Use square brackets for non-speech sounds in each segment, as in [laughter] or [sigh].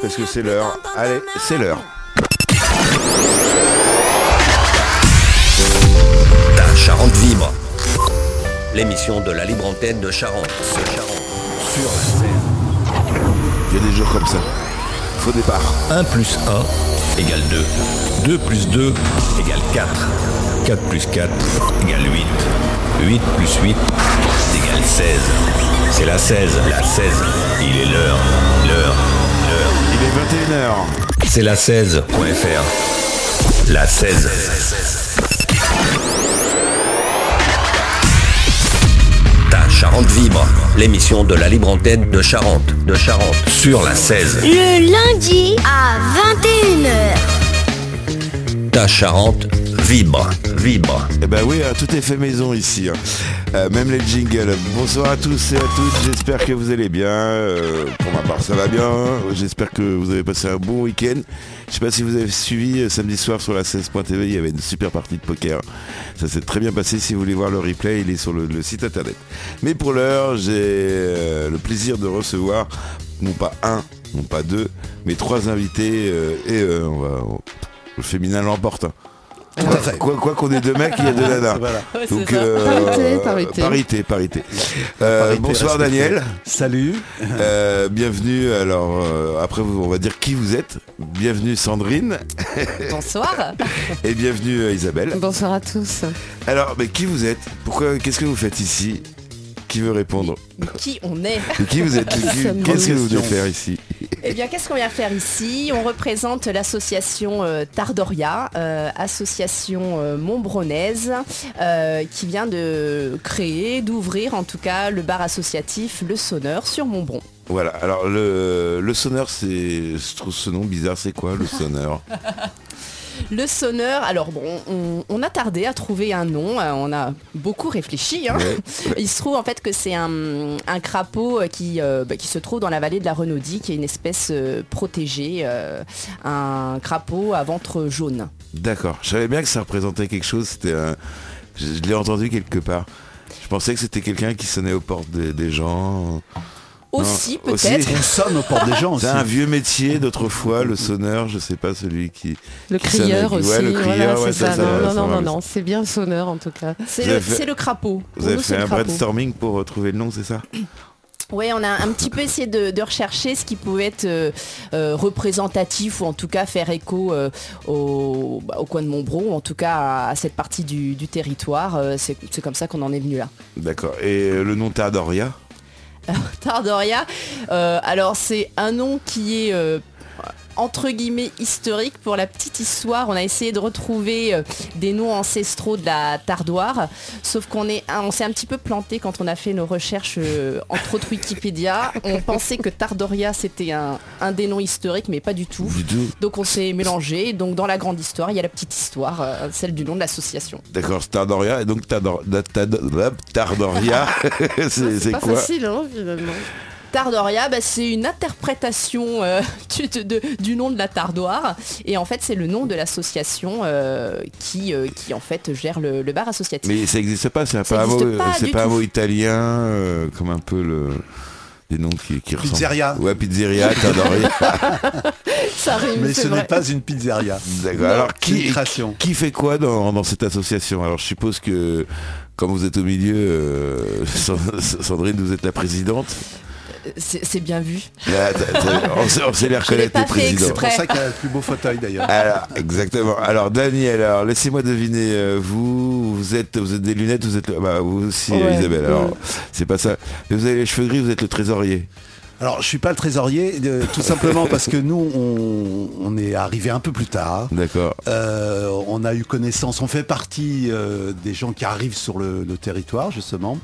parce que c'est l'heure. Allez, c'est l'heure. La Charente vibre. L'émission de la libre antenne de Charente. De Charente. Sur la scène. Il y a des jours comme ça. Faux départ. 1 plus 1 égale 2. 2 plus 2 égale 4. 4 plus 4 égale 8. 8 plus 8 égale 16. C'est la 16. La 16. Il est l'heure. L'heure. L'heure. Il est 21h. C'est la 16.fr. La 16. Ta Charente vibre. L'émission de la libre antenne de Charente. De Charente. Sur la 16. Le lundi à 21h. Ta Charente vibre. Vibre. Eh ben oui, hein, tout est fait maison ici. hein. Euh, même les jingles. Bonsoir à tous et à toutes. J'espère que vous allez bien. Euh, pour ma part, ça va bien. hein. J'espère que vous avez passé un bon week-end. Je sais pas si vous avez suivi euh, samedi soir sur la 16.tv, il y avait une super partie de poker. Ça s'est très bien passé. Si vous voulez voir le replay, il est sur le, le site internet. Mais pour l'heure, j'ai euh, le plaisir de recevoir non pas un, non pas deux, mais trois invités. euh, et euh, on va, on- le féminin l'emporte. hein. Quoi- Quoi quoi qu'on ait deux mecs, il y a deux nanas. Ouais, c'est Donc, ça. euh, Parité, parité. parité, parité. Euh, bonsoir Daniel. Salut. Euh, bienvenue. Alors euh, après, vous- on va dire qui vous êtes. Bienvenue Sandrine Bonsoir. et bienvenue euh, Isabelle. Bonsoir à tous. Alors, mais qui vous êtes Pourquoi Qu'est-ce que vous faites ici Qui veut [laughs] répondre Qui on est Qui vous êtes Qu'est-ce que vous venez question. faire ici Eh bien, qu'est-ce qu'on vient faire ici On représente l'association euh, Tardoria, euh, association euh, montbronnaise, euh, qui vient de créer, d'ouvrir en tout cas le bar associatif Le Sonneur sur Montbron. Voilà. Alors le, le sonneur, c'est je trouve ce nom bizarre. C'est quoi [laughs] le sonneur Le Sonneur, alors bon, on, on a tardé à trouver un nom, euh, on a beaucoup réfléchi. hein. [laughs] Ouais. Il se trouve en fait que c'est un, un crapaud euh, qui, euh, bah, qui se trouve dans la vallée de la Renaudie, qui est une espèce euh, protégée, euh, un crapaud à ventre jaune. D'accord. Je savais bien que ça représentait quelque chose. C'était un- je, je l'ai entendu quelque part. Je pensais que c'était quelqu'un qui sonnait aux portes des, des gens. Aussi Non, aussi. peut-être. On sonne aux portes des gens aussi. C'est un vieux métier d'autrefois, le sonneur. Je sais pas celui qui. Le Qui sonne, crieur qui- ouais, aussi. le crieur, voilà, ouais, c'est ça, ça. ça non, va, non, ça non, va, non, mais- non, c'est bien sonneur en tout cas. C'est Vous avez le, fait- c'est le crapaud. Vous Pour avez nous, c'est fait le un crapaud. brainstorming pour retrouver le nom, c'est ça Ouais, on a un petit peu essayé de, de rechercher ce qui pouvait être euh, euh, représentatif ou en tout cas faire écho euh, au, bah, au coin de Montbron, ou en tout cas à, à cette partie du, du territoire. Euh, c'est c'est comme ça qu'on en est venu là. D'accord. Et euh, le nom Tardoria Tardoria. euh, alors c'est un nom qui est euh, entre guillemets historique pour la petite histoire. On a essayé de retrouver euh, des noms ancestraux de la Tardoire, sauf qu'on est, on s'est un petit peu planté quand on a fait nos recherches euh, entre autres Wikipédia. [laughs] On pensait que Tardoria c'était un, un des noms historiques, mais pas du tout. Du tout. Donc on s'est mélangé. Donc dans la grande histoire, il y a la petite histoire, euh, celle du nom de l'association. D'accord, c'est Tardoria. Et donc Tardor- da- Tado- da- Tardoria, [laughs] c'est c'est Pas quoi facile, hein, finalement. Tardoria, bah, c'est une interprétation euh, [laughs] du, de- de- du nom de la Tardoire. Et en fait, c'est le nom de l'association euh, qui, euh, qui, en fait, gère le, le bar associatif. Mais ça n'existe pas, c'est Ça pas, un mot, existe pas c'est du pas un tout. mot italien, euh, comme un peu le... des noms qui, qui ressemblent. Pizzeria. Ouais, pizzeria, Tardoria. Ça rime, Mais Ah, c'est ce vrai. n'est pas une pizzeria. D'accord. Alors C'est une qui, création. qui fait quoi dans, dans cette association Alors je suppose que quand vous êtes au milieu, euh, [laughs] Sand- Sandrine, vous êtes la présidente. C'est c'est bien vu. Là, t'as- t'as- on, sait, on sait les reconnaître pas les fait présidents. C'est pour Prêt. ça qu'il y a le plus beau fauteuil d'ailleurs. Alors, exactement. Alors, Daniel, alors, laissez-moi deviner, euh, vous, vous êtes, vous êtes des lunettes, vous êtes, le- bah, vous aussi, euh, Ouais, Isabelle. ouais. Alors, c'est pas ça. Mais vous avez les cheveux gris, vous êtes le trésorier. Alors je suis pas le trésorier, euh, tout simplement parce que nous on, on est arrivé un peu plus tard. D'accord. Ah, Euh, on a eu connaissance, on fait partie euh, des gens qui arrivent sur le, le territoire justement.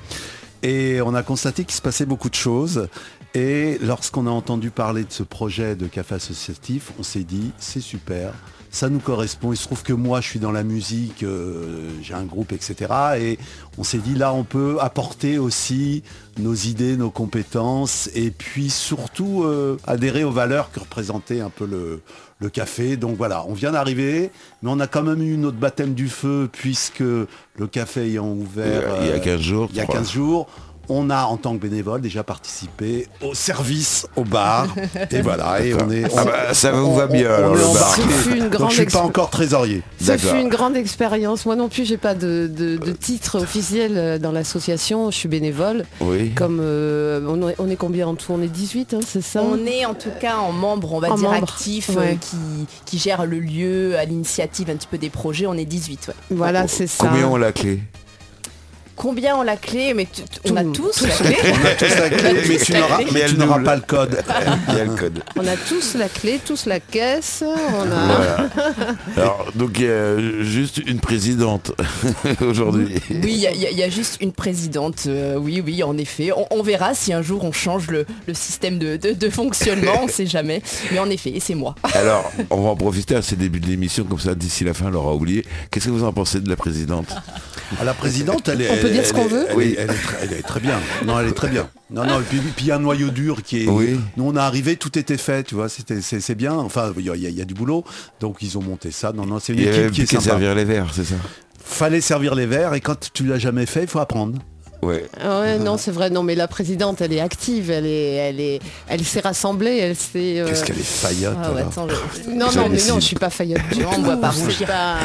Et on a constaté qu'il se passait beaucoup de choses. Et lorsqu'on a entendu parler de ce projet de café associatif, on s'est dit c'est super, ça nous correspond. Il se trouve que moi je suis dans la musique, euh, j'ai un groupe, etc. Et on s'est dit là on peut apporter aussi nos idées, nos compétences et puis surtout euh, adhérer aux valeurs que représentait un peu le, le café. Donc voilà, on vient d'arriver, mais on a quand même eu notre baptême du feu puisque le café ayant ouvert il y a euh, 15 jours. il y a trois. 15 jours. On a en tant que bénévole déjà participé au service, [laughs] au bar, et voilà, et on est. Ah bah, ça vous va bien, on alors, est le bar. embarqué. Ce fut une Donc, grande je suis pas exp- [laughs] encore trésorier. Ça D'accord. fut une grande expérience. Moi non plus, j'ai pas de, de- de titre officiel euh, dans l'association. Je suis bénévole. Oui. Comme euh, on, est, on est combien en tout On est 18, hein, c'est ça On est en tout cas en membre, on va En dire membre, actif, ouais. euh, qui, qui gère le lieu à l'initiative un petit peu des projets. On est 18. ouais. Voilà, c'est ça. Combien on la [laughs] clé Combien on la clé Mais tu- tu- on a Tout. [laughs] tous la clé. On a tous la clé, mais tu n'auras- Mais mais elle tu n'auras double. pas le code. Il y a le code. On a tous la clé, tous la caisse. On a... Alors, donc, il y a juste une présidente [laughs] aujourd'hui. Oui, il y, a- il y a- il y a juste une présidente. euh, oui, oui, en effet. On, on verra si un jour on change le, le système de, de- de fonctionnement. On sait jamais. Mais en effet, et c'est moi. Alors, on va en profiter à ces débuts de l'émission, comme ça, d'ici la fin, on l'aura oublié. Qu'est-ce que vous en pensez de la présidente Ah, la présidente, elle est. On peut elle- dire ce elle qu'on est- veut elle est- elle, est très, elle est très bien. Non, elle est très bien. Non, non, et puis puis il y a un noyau dur qui est. Oui. Nous, on est arrivé, tout était fait, tu vois, c'était- c'est c'est bien. Enfin, il y, a- il y a- il y a du boulot. Donc, ils ont monté ça. Non, non, c'est une Il y avait équipe qui plus est qu'à sympa. servir les verres, c'est ça Fallait servir les verres et quand tu l'as jamais fait, il faut apprendre. Ouais. Ah ouais, non, c'est vrai. Non, mais la présidente, elle est active. Elle est, elle est, elle s'est rassemblée. Elle s'est. euh, Qu'est-ce qu'elle est faillotte Ah ouais, alors. attends, je- Non, non, mais non, je suis pas faillotte. du Non, on me voit tout, pas je rougir. suis pas-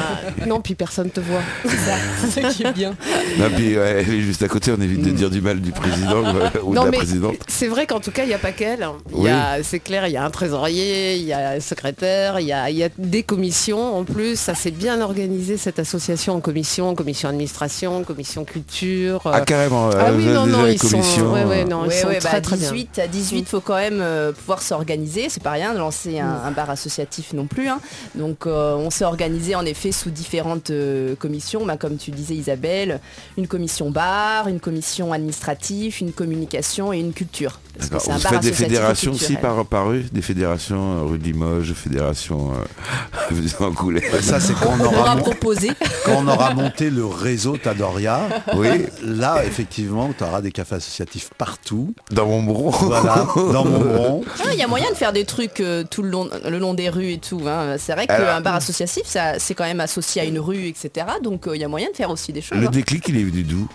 Non, puis personne te voit. c'est ça qui est bien. Non, puis, ouais, elle est juste à côté, on évite Mm. de dire du mal du président euh, ou de non, la mais présidente. c'est vrai qu'en tout cas, il n'y a pas qu'elle. hein. Il y a- C'est clair, il y a un trésorier, il y a un secrétaire, il y a, il y a des commissions. En plus, ça s'est bien organisé, cette association en commission, commission administration, commission culture. euh. Ah, carrément, Ah euh, oui, vous avez non, déjà non, les ils sont, commissions, ouais, ouais, euh, non, ils Ouais, sont ouais, bah, très, très bien. 18, À 18, faut quand même euh, pouvoir s'organiser. C'est pas rien de lancer un, Mm. un bar associatif non plus. hein. Donc, euh, on s'est organisé en effet sous différentes euh, commissions. Bah, comme tu disais, Isabelle, une commission bar, une commission administrative, une communication et une culture. Parce que D'accord. c'est un Vous bar faites des associatif et fédérations aussi culturel. par, par rue Des fédérations euh, rue de Limoges, fédération euh, [laughs] en couleur. Ça, c'est quand on On aura, aura mon- proposé. quand on aura monté le réseau Tadoria. Oui. Là, effectivement, tu auras des cafés associatifs partout. Dans mon bureau. Voilà, dans mon rond. Ah, Il y a moyen de faire des trucs euh, tout le long, le long des rues et tout. hein. C'est vrai Alors- qu'un bar associatif, ça, c'est quand même associé à une rue, etc. Donc, euh, il y a moyen de faire aussi des choses. Le hein. déclic, il est venu d'où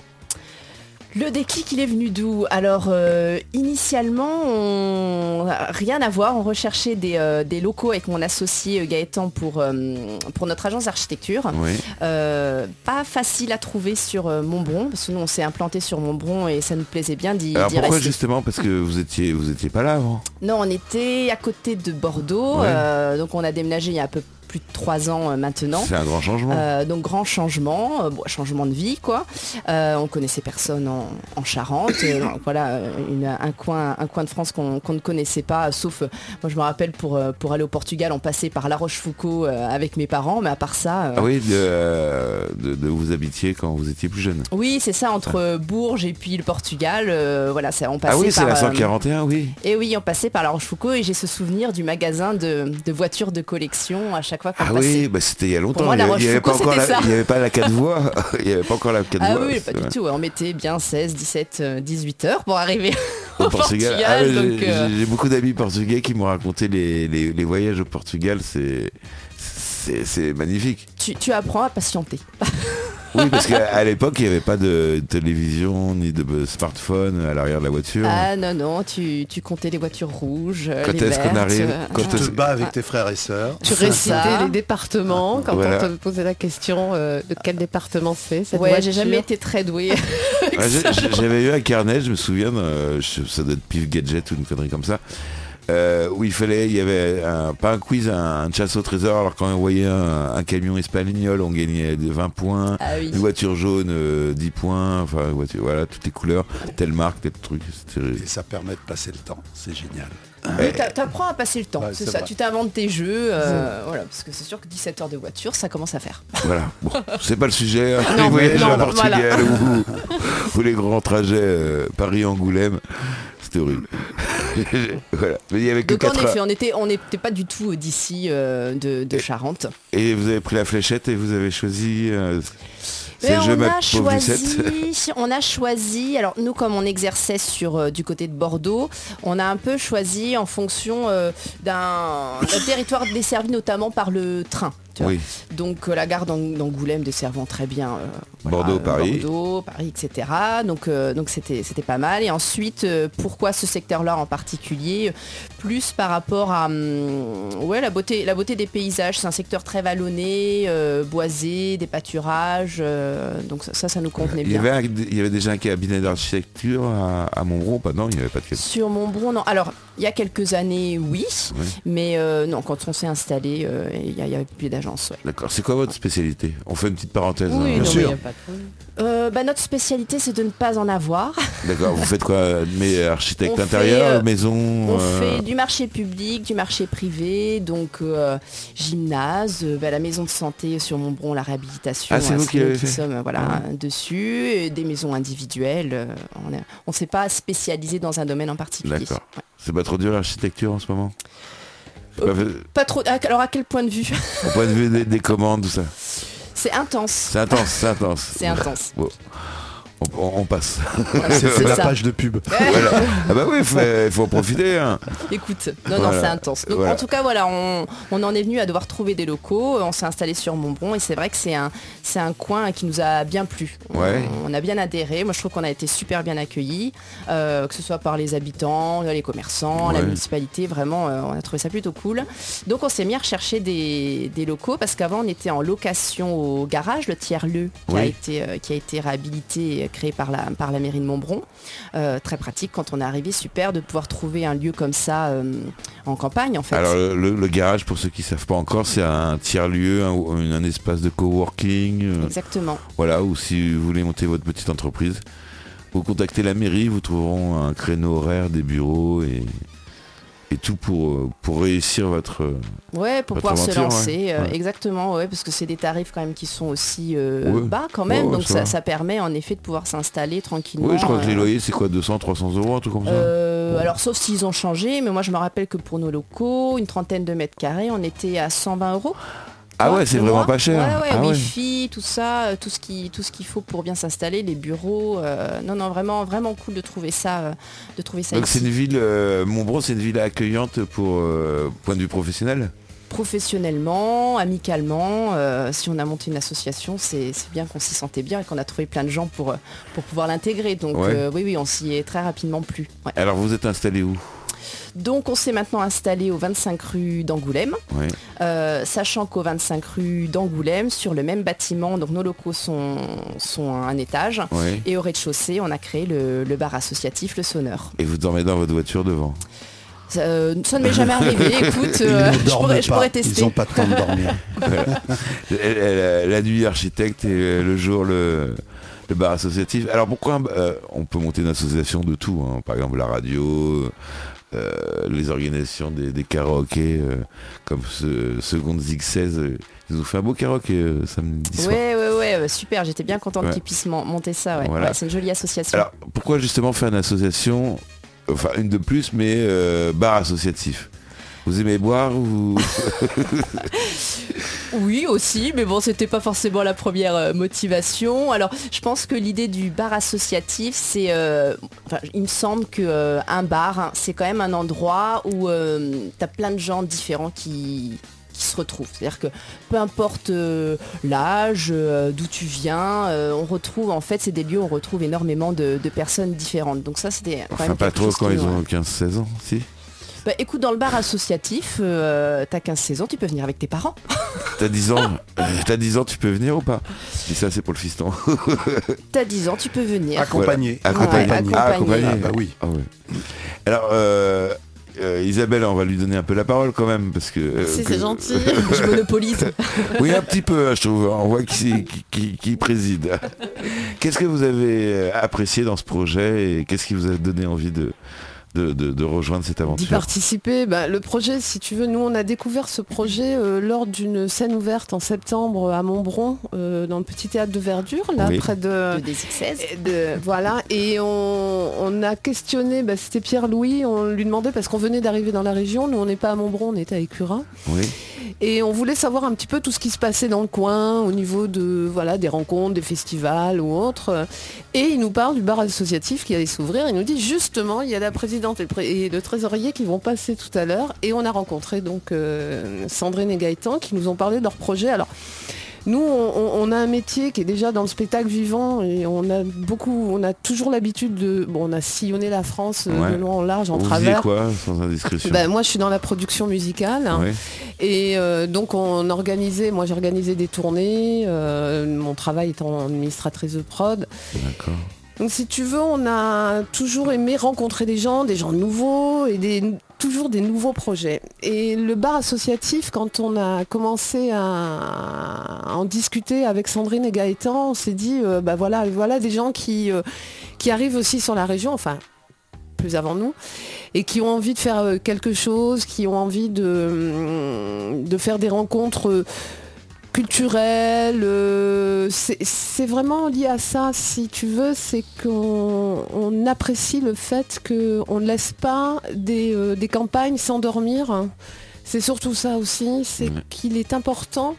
Le déclic, il est venu d'où Alors, euh, initialement, on... rien à voir. On recherchait des, euh, des locaux avec mon associé euh, Gaëtan pour, euh, pour notre agence d'architecture. Oui. Euh, pas facile à trouver sur euh, Montbron, parce que nous, on s'est implanté sur Montbron et ça nous plaisait bien d'y Alors d'y pourquoi rester. justement Parce que vous étiez, vous étiez pas là avant. Non, on était à côté de Bordeaux, Ouais. euh, donc on a déménagé il y a un peu plus de trois ans euh, maintenant. C'est un grand changement. Euh, donc grand changement, euh, bon, changement de vie quoi. Euh, on connaissait personne en, en Charente, Euh, donc voilà euh, une- un coin, un coin de France qu'on qu'on ne connaissait pas, euh, sauf euh, moi je me rappelle pour euh, pour aller au Portugal, on passait par La Rochefoucauld euh, avec mes parents, mais à part ça. euh, Ah oui, de, euh, de, de où vous habitiez quand vous étiez plus jeune. oui, c'est ça entre euh, Bourges et puis le Portugal. euh, voilà, ça, on passait Ah oui, c'est par. la euh, 141, oui. et oui, on passait par La Rochefoucauld et j'ai ce souvenir du magasin de, de voitures de collection à chaque fois qu'on Ah passait. oui, bah c'était il y a longtemps. moi, la il y a- il y avait pas Rochefoucauld, encore la, c'était ça. il y avait pas la 4 voies. [laughs] il y avait pas encore la 4 Ah voies. oui, c'est pas du vrai. tout. On mettait bien 16, 17, euh, 18 heures pour arriver [laughs] Au au Portugal. Portugal. Ah oui, j'ai- donc, euh, J'ai j'ai beaucoup d'amis portugais qui m'ont raconté les, les- les voyages au Portugal. C'est c'est c'est magnifique. tu, tu apprends à patienter. Oui, parce qu'à à l'époque, il n'y avait pas de télévision ni de smartphone à l'arrière de la voiture. Ah non, non, tu, tu comptais les voitures rouges, euh, Quand les est-ce qu'on vertes, arrive euh, Quand Tu te est-ce- bats avec tes frères et sœurs. Tu C'est récitais ça. les départements quand Voilà. on te posait la question euh, de quel département c'est. cette Ouais, j'ai voiture jamais été très douée. Ouais, j'ai- j'ai- J'avais eu un carnet, je me souviens, euh, je- ça doit être Pif Gadget ou une connerie comme ça, euh, où il fallait, il y avait un, pas un quiz, un, un chasse au trésor, alors quand on voyait un, un camion espagnol, on gagnait de 20 points, [laughs] Ah oui. une voiture jaune, euh, 10 points, enfin, une voiture- voilà, toutes les couleurs, telle marque, tel truc. c'était- Et ça permet de passer le temps. C'est génial. Mais t'a- T'apprends à passer le temps, Ouais, c'est c'est ça. vrai. Tu t'inventes tes jeux, euh, voilà, parce que c'est sûr que 17 heures de voiture, ça commence à faire. Voilà, bon, c'est pas le sujet, hein, les mais voyages non, au Portugal ou, ou les grands trajets euh, Paris-Angoulême, c'était horrible. [laughs] voilà, mais il y avait que Donc en 4 effet, on était, on n'était pas du tout euh, d'ici, euh, de, de Charente. Et vous avez pris la fléchette et vous avez choisi euh, Mais ces jeux on ma a pauvre choisi, Lucette. on a choisi, alors nous comme on exerçait sur euh, du côté de Bordeaux, on a un peu choisi en fonction euh, d'un d'un territoire desservi notamment par le train. tu vois. Oui. Donc euh, la gare d'Ang- d'Angoulême desservant très bien euh, Bordeaux, Paris. Bordeaux, Paris, etc. Donc euh, donc c'était c'était pas mal. Et ensuite, euh, pourquoi ce secteur-là en particulier euh, Plus par rapport à hum, ouais la beauté la beauté des paysages. C'est un secteur très vallonné, euh, boisé, des pâturages. euh, donc ça, ça ça nous convenait Il y, bien. avait, un- il y avait déjà un cabinet d'architecture à, à Montbron, pas non, il n'y avait pas de cabinet. Sur Montbron, non. Alors, il y a quelques années, oui, Oui. mais euh, non, quand on s'est installé, euh, il n'y avait plus d'agence. ouais. D'accord. C'est quoi votre spécialité On fait une petite parenthèse. hein. Oui, non, mais sûr. y a pas de problème. Euh, bah, notre spécialité, c'est de ne pas en avoir. D'accord. Vous faites quoi Mais On architecte fait, intérieur, euh, maison. On euh, fait du marché public, du marché privé, donc euh, gymnase, euh, bah, la maison de santé sur Montbron, la réhabilitation. Ah, c'est hein, vous qui nous l'avez qui fait Ah. sommes euh, voilà, dessus, et des maisons individuelles. euh, on est- on ne s'est pas spécialisé dans un domaine en particulier. D'accord. Ouais. C'est pas trop dur l'architecture en ce moment C'est Euh, pas fait- Pas trop. Alors, à quel point de vue [laughs] Au point de vue des, des commandes, tout ça. C'est intense. C'est intense, c'est intense. [laughs] C'est intense. Bon. On, on- on passe. C'est c'est la ça. page de pub. Voilà. Ah bah oui, il faut, faut en profiter. [laughs] hein. Écoute, non, non, Voilà. c'est intense. Donc Voilà. en tout cas, voilà, on, on en est venu à devoir trouver des locaux. On s'est installé sur Montbron et c'est vrai que c'est un, c'est un coin qui nous a bien plu. On- Ouais. On, a bien adhéré. Moi, je trouve qu'on a été super bien accueillis, euh, que ce soit par les habitants, les commerçants, la Ouais. municipalité. Vraiment, euh, on a trouvé ça plutôt cool. Donc on s'est mis à rechercher des, des locaux parce qu'avant, on était en location au garage, le tiers-lieu, qui, a Oui. été, euh, qui a été réhabilité et créé par la, par la mairie de Montbron. Euh, très pratique quand on est arrivé, super de pouvoir trouver un lieu comme ça euh, en campagne en fait. Alors le, le- le garage, pour ceux qui savent pas encore, c'est un tiers-lieu, un, un espace de coworking. euh, Exactement. Voilà, ou si vous voulez monter votre petite entreprise, vous contactez la mairie, vous trouveront un créneau horaire, des bureaux et, et tout pour, euh, pour réussir votre... euh, Ouais, pour Votre pouvoir se aventure, lancer. ouais. euh, Ouais. Exactement, ouais, parce que c'est des tarifs quand même qui sont aussi euh, Ouais. bas quand même. Ouais, ouais, donc ça ça, va. ça permet en effet de pouvoir s'installer tranquillement. Oui, je crois que les euh, loyers, c'est quoi 200, 300 euros, un truc comme ça Euh, alors sauf s'ils ont changé, mais moi je me rappelle que pour nos locaux, une trentaine de mètres carrés, on était à 120 euros. Ah Toi, ouais, c'est le vraiment mois pas cher. Ouais, ouais, Ah ouais. Wi-Fi, tout ça, euh, tout ce qui, tout ce qu'il faut pour bien s'installer, les bureaux. euh, non, non, vraiment, vraiment cool de trouver ça, euh, de trouver ça Donc ici. c'est une ville, euh, Montbron, c'est une ville accueillante pour euh, point de vue professionnel. professionnellement, amicalement. euh, si on a monté une association, c'est c'est bien qu'on s'y sentait bien et qu'on a trouvé plein de gens pour, euh, pour pouvoir l'intégrer. Donc Ouais. euh, oui, oui, on s'y est très rapidement plu. Ouais. Alors vous êtes installé où Donc on s'est maintenant installé au 25 rue d'Angoulême. Ouais. Euh, sachant qu'au 25 rue d'Angoulême, sur le même bâtiment, donc nos locaux sont, sont à un étage. Ouais. Et au rez-de-chaussée, on a créé le, le bar associatif Le Sonneur. Et vous dormez dans votre voiture devant. Ça, euh, ça ne m'est jamais [laughs] arrivé, écoute, Ils euh, ne je, dorment pourrais, je pas. pourrais Ils tester. n'ont pas de temps de [laughs] dormir. Euh, euh, la, nuit architecte et euh, le jour le, le bar associatif. Alors pourquoi euh, on peut monter une association de tout hein, Par exemple la radio, euh, les organisations des, des karaokés, euh, comme ce Seconde Zig 16. euh, ils ont fait un beau karaoké euh, samedi soir. Ouais, ouais, ouais, euh, super, j'étais bien contente Ouais. qu'ils puissent mon- monter ça, ouais. Voilà. Ouais, c'est une jolie association. Alors pourquoi justement faire une association, enfin une de plus, mais euh, bar associatif vous aimez boire ou Oui aussi, mais bon, c'était pas forcément la première euh, motivation. Alors, je pense que l'idée du bar associatif, c'est, euh, enfin, il me semble que euh, un bar, hein, c'est quand même un endroit où tu t'as plein de gens différents qui qui se retrouvent. C'est-à-dire que peu importe euh, l'âge, euh, d'où tu viens, euh, on retrouve en fait c'est des lieux où on retrouve énormément de, de personnes différentes. Donc ça c'était quand Enfin même pas quelque trop chose quand qui ils nous- ont 15-16 ans, si Bah écoute, dans le bar associatif, euh, t'as 15-16 ans, tu peux venir avec tes parents. T'as 10 ans, euh, t'as 10 ans, tu peux venir ou pas Et ça c'est pour le fiston. T'as 10 ans, tu peux venir. Accompagné. Accompagné. Ouais, Ah, accompagné. Ah accompagné. bah oui. Ah ouais. Alors euh, euh, Isabelle, on va lui donner un peu la parole quand même parce que. euh, Si, que- c'est gentil. [laughs] Je monopolise. Oui, un petit peu, je trouve. On voit qui, qui- qui- qui préside. Qu'est-ce que vous avez apprécié dans ce projet et qu'est-ce qui vous a donné envie de, de, de- de rejoindre cette D'y aventure participer, Bah, le projet, si tu veux, nous on a découvert ce projet euh, lors d'une scène ouverte en septembre à Montbron, euh, dans le petit théâtre de Verdure, là Oui. près de, des X16. Et de- voilà, et on, on a questionné, bah, c'était Pierre-Louis, on lui demandait, parce qu'on venait d'arriver dans la région, nous on n'est pas à Montbron, on est à Écurin, Oui. Et on voulait savoir un petit peu tout ce qui se passait dans le coin au niveau de, voilà, des rencontres, des festivals ou autres. Et il nous parle du bar associatif qui allait s'ouvrir. Il nous dit justement, il y a la présidente et le, pré- et le trésorier qui vont passer tout à l'heure. Et on a rencontré donc euh, Sandrine et Gaëtan qui nous ont parlé de leur projet. Alors, nous, on, on a un métier qui est déjà dans le spectacle vivant et on a beaucoup, on a toujours l'habitude de, bon, on a sillonné la France euh, Ouais. de long en large, en Vous faisiez travers. quoi, sans indiscrétion Bah, Ben, moi, je suis dans la production musicale. Ouais. Et euh, donc on organisait, moi j'ai organisé des tournées, euh, mon travail étant administratrice de prod. D'accord. Donc si tu veux, on a toujours aimé rencontrer des gens, des gens nouveaux et des, toujours des nouveaux projets. Et le bar associatif, quand on a commencé à, à en discuter avec Sandrine et Gaëtan, on s'est dit, euh, bah voilà, voilà des gens qui, euh, qui arrivent aussi sur la région, enfin plus avant nous, et qui ont envie de faire euh, quelque chose, qui ont envie de, de faire des rencontres euh, culturelles. euh, C'est c'est vraiment lié à ça, si tu veux, c'est qu'on on apprécie le fait qu'on ne laisse pas des, euh, des campagnes s'endormir. C'est surtout ça aussi, c'est qu'il est important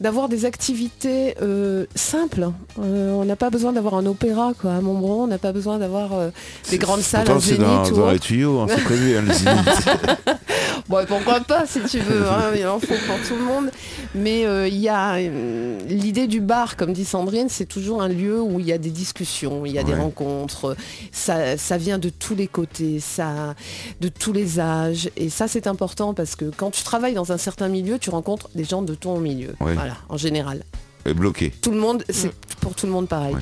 d'avoir des activités euh, simples. Euh, on n'a pas besoin d'avoir un opéra quoi, à Montbron, on n'a pas besoin d'avoir euh, des C'est- grandes salles à Pourtant, c'est Zénith dans, ou dans autre. les tuyaux, hein, c'est prévu, hein, le Zénith. [laughs] Bon, et pourquoi pas si tu veux, hein, il en faut pour tout le monde. Mais euh, il y a euh, l'idée du bar, comme dit Sandrine, c'est toujours un lieu où il y a des discussions, il y a des Ouais. rencontres. Ça, ça vient de tous les côtés, ça, de tous les âges. Et ça, c'est important parce que quand tu travailles dans un certain milieu, tu rencontres des gens de ton milieu. Ouais. Voilà, en général Et bloqué. tout le monde, c'est pour tout le monde pareil. Ouais.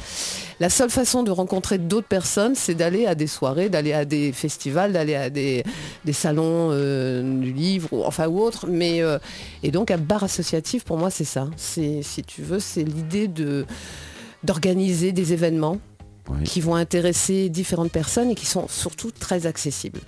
La seule façon de rencontrer d'autres personnes, c'est d'aller à des soirées, d'aller à des festivals, d'aller à des, des salons euh, du livre, ou, enfin ou autre. Mais euh, et donc un bar associatif, pour moi, c'est ça. C'est si tu veux, c'est l'idée de d'organiser des événements Ouais. qui vont intéresser différentes personnes et qui sont surtout très accessibles.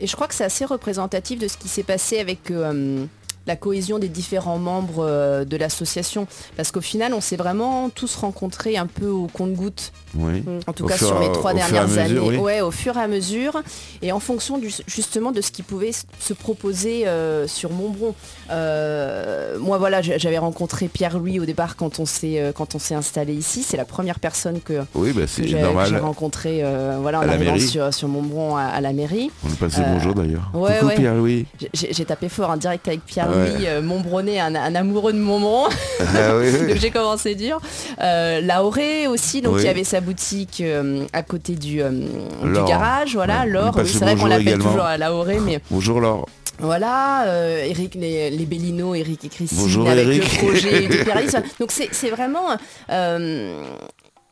Et je crois que c'est assez représentatif de ce qui s'est passé avec euh, la cohésion des différents membres euh, de l'association. Parce qu'au final, on s'est vraiment tous rencontrés un peu au compte-goutte, Oui. en tout Au cas fur- sur les au trois fur et à dernières années. mesure, oui. Ouais, au fur et à mesure. Et en fonction du- justement de ce qui pouvait s- se proposer euh, sur Montbron. Euh, moi, voilà, j- j'avais rencontré Pierre-Louis au départ quand on s'est euh, quand on s'est installé ici. C'est la première personne que, Oui, bah, que c'est j'ai que j'ai normal. rencontrée euh, voilà, À en la arrivant mairie. sur, sur Montbron à- à la mairie. On lui passe le Euh, bonjour d'ailleurs. ouais, Coucou ouais. [laughs] Pierre-Louis. J'ai- J'ai j'ai tapé fort en direct avec Pierre-Louis, euh, Montbronnet, un, un amoureux de Montbron, Ah oui, [laughs] oui. donc j'ai commencé dur. Euh, la Auré aussi, donc Oui. il y avait sa boutique euh, à côté du, euh, du Laure. garage, voilà, Ouais. Laure, Il passe oui, le c'est vrai qu'on bonjour l'appelle également. toujours à la Auré, mais Bonjour Laure. voilà, euh, Eric, les, les Bellino, Eric et Christine Bonjour, avec Eric. [laughs] le projet du Pierre-Alice. Donc c'est c'est vraiment euh,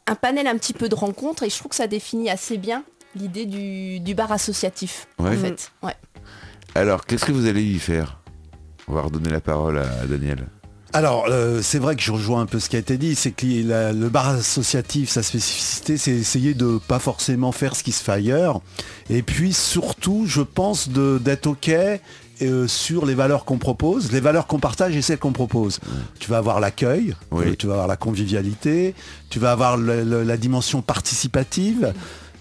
un panel un petit peu de rencontres et je trouve que ça définit assez bien l'idée du, du bar associatif, Ouais. en fait. Ouais. Alors, qu'est-ce que vous allez y faire On va redonner la parole à à Daniel. Alors, euh, c'est vrai que je rejoins un peu ce qui a été dit, c'est que li- la- le bar associatif, sa spécificité, c'est essayer de pas forcément faire ce qui se fait ailleurs. Et puis surtout, je pense de- d'être OK euh, sur les valeurs qu'on propose, les valeurs qu'on partage et celles qu'on propose. Tu vas avoir l'accueil, Oui. euh, tu vas avoir la convivialité, tu vas avoir le- le- la dimension participative,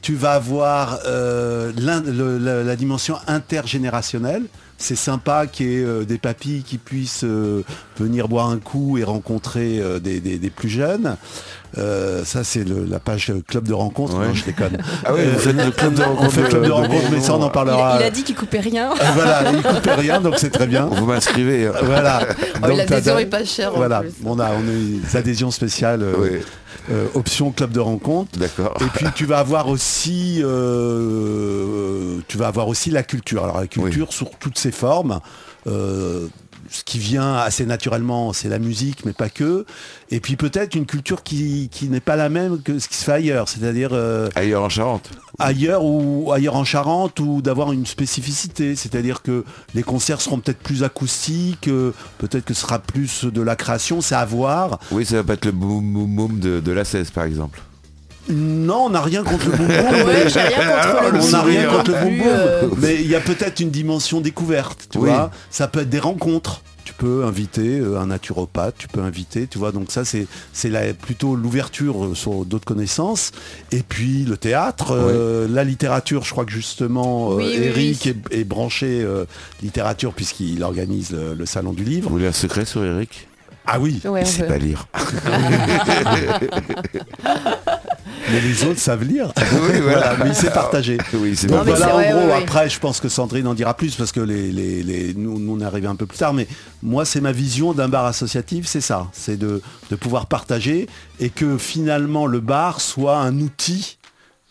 tu vas avoir euh, l'in- le- la, la dimension intergénérationnelle. C'est sympa qu'il y ait euh, des papilles qui puissent euh, venir boire un coup et rencontrer euh, des, des- des plus jeunes. Euh, ça, c'est le- la page euh, club de rencontre. Ouais. Non, je déconne. Ah oui, Euh, vous faites le club de rencontre. euh, on fait club de rencontre, mais ça, on en Il, parlera. il a dit qu'il coupait rien. Euh, Voilà, il coupait rien, donc c'est très bien. Vous m'inscrivez. hein. [laughs] Voilà. Oh, Donc, L'adhésion t'as- est pas chère. en Voilà, plus. on a, on a des adhésions spéciales, euh, Oui, euh, option club de rencontre. d'accord. Et puis tu vas avoir aussi, euh, tu vas avoir aussi la culture. Alors la culture sur toutes ses formes. Euh, ce qui vient assez naturellement, c'est la musique, mais pas que. Et puis peut-être une culture qui, qui n'est pas la même que ce qui se fait ailleurs, c'est-à-dire euh, Ailleurs en Charente. ailleurs ou ailleurs en Charente ou d'avoir une spécificité. C'est-à-dire que les concerts seront peut-être plus acoustiques, euh, peut-être que ce sera plus de la création, c'est à voir. Oui, ça va pas être le boum boum boum de, de la 16 par exemple. Non, on n'a rien contre le bonbon. Ouais, j'ai rien contre Alors, le on on n'a boum-boum rien sourire. contre Oh, le non plus, bonbon, euh, mais il y a peut-être une dimension découverte, tu Oui. vois. Ça peut être des rencontres. tu peux inviter euh, un naturopathe, tu peux inviter, tu vois, donc ça c'est c'est la- plutôt l'ouverture euh, sur d'autres connaissances. Et puis le théâtre, euh, la littérature, je crois que justement euh, Oui, oui, Eric Est, est branché euh, littérature puisqu'il organise le, le salon du livre. Vous voulez un secret sur Eric Ah oui, Ouais, Il on sait peut. pas lire. mais les autres savent lire. [laughs] Oui, voilà. mais il s'est partagé. Oui, c'est Donc pas mais voilà, c'est- en ouais, gros, ouais, ouais. après, je pense que Sandrine en dira plus parce que les, les- les- nous, nous, on est arrivé un peu plus tard. Mais moi, c'est ma vision d'un bar associatif, c'est ça. C'est de, de pouvoir partager et que finalement le bar soit un outil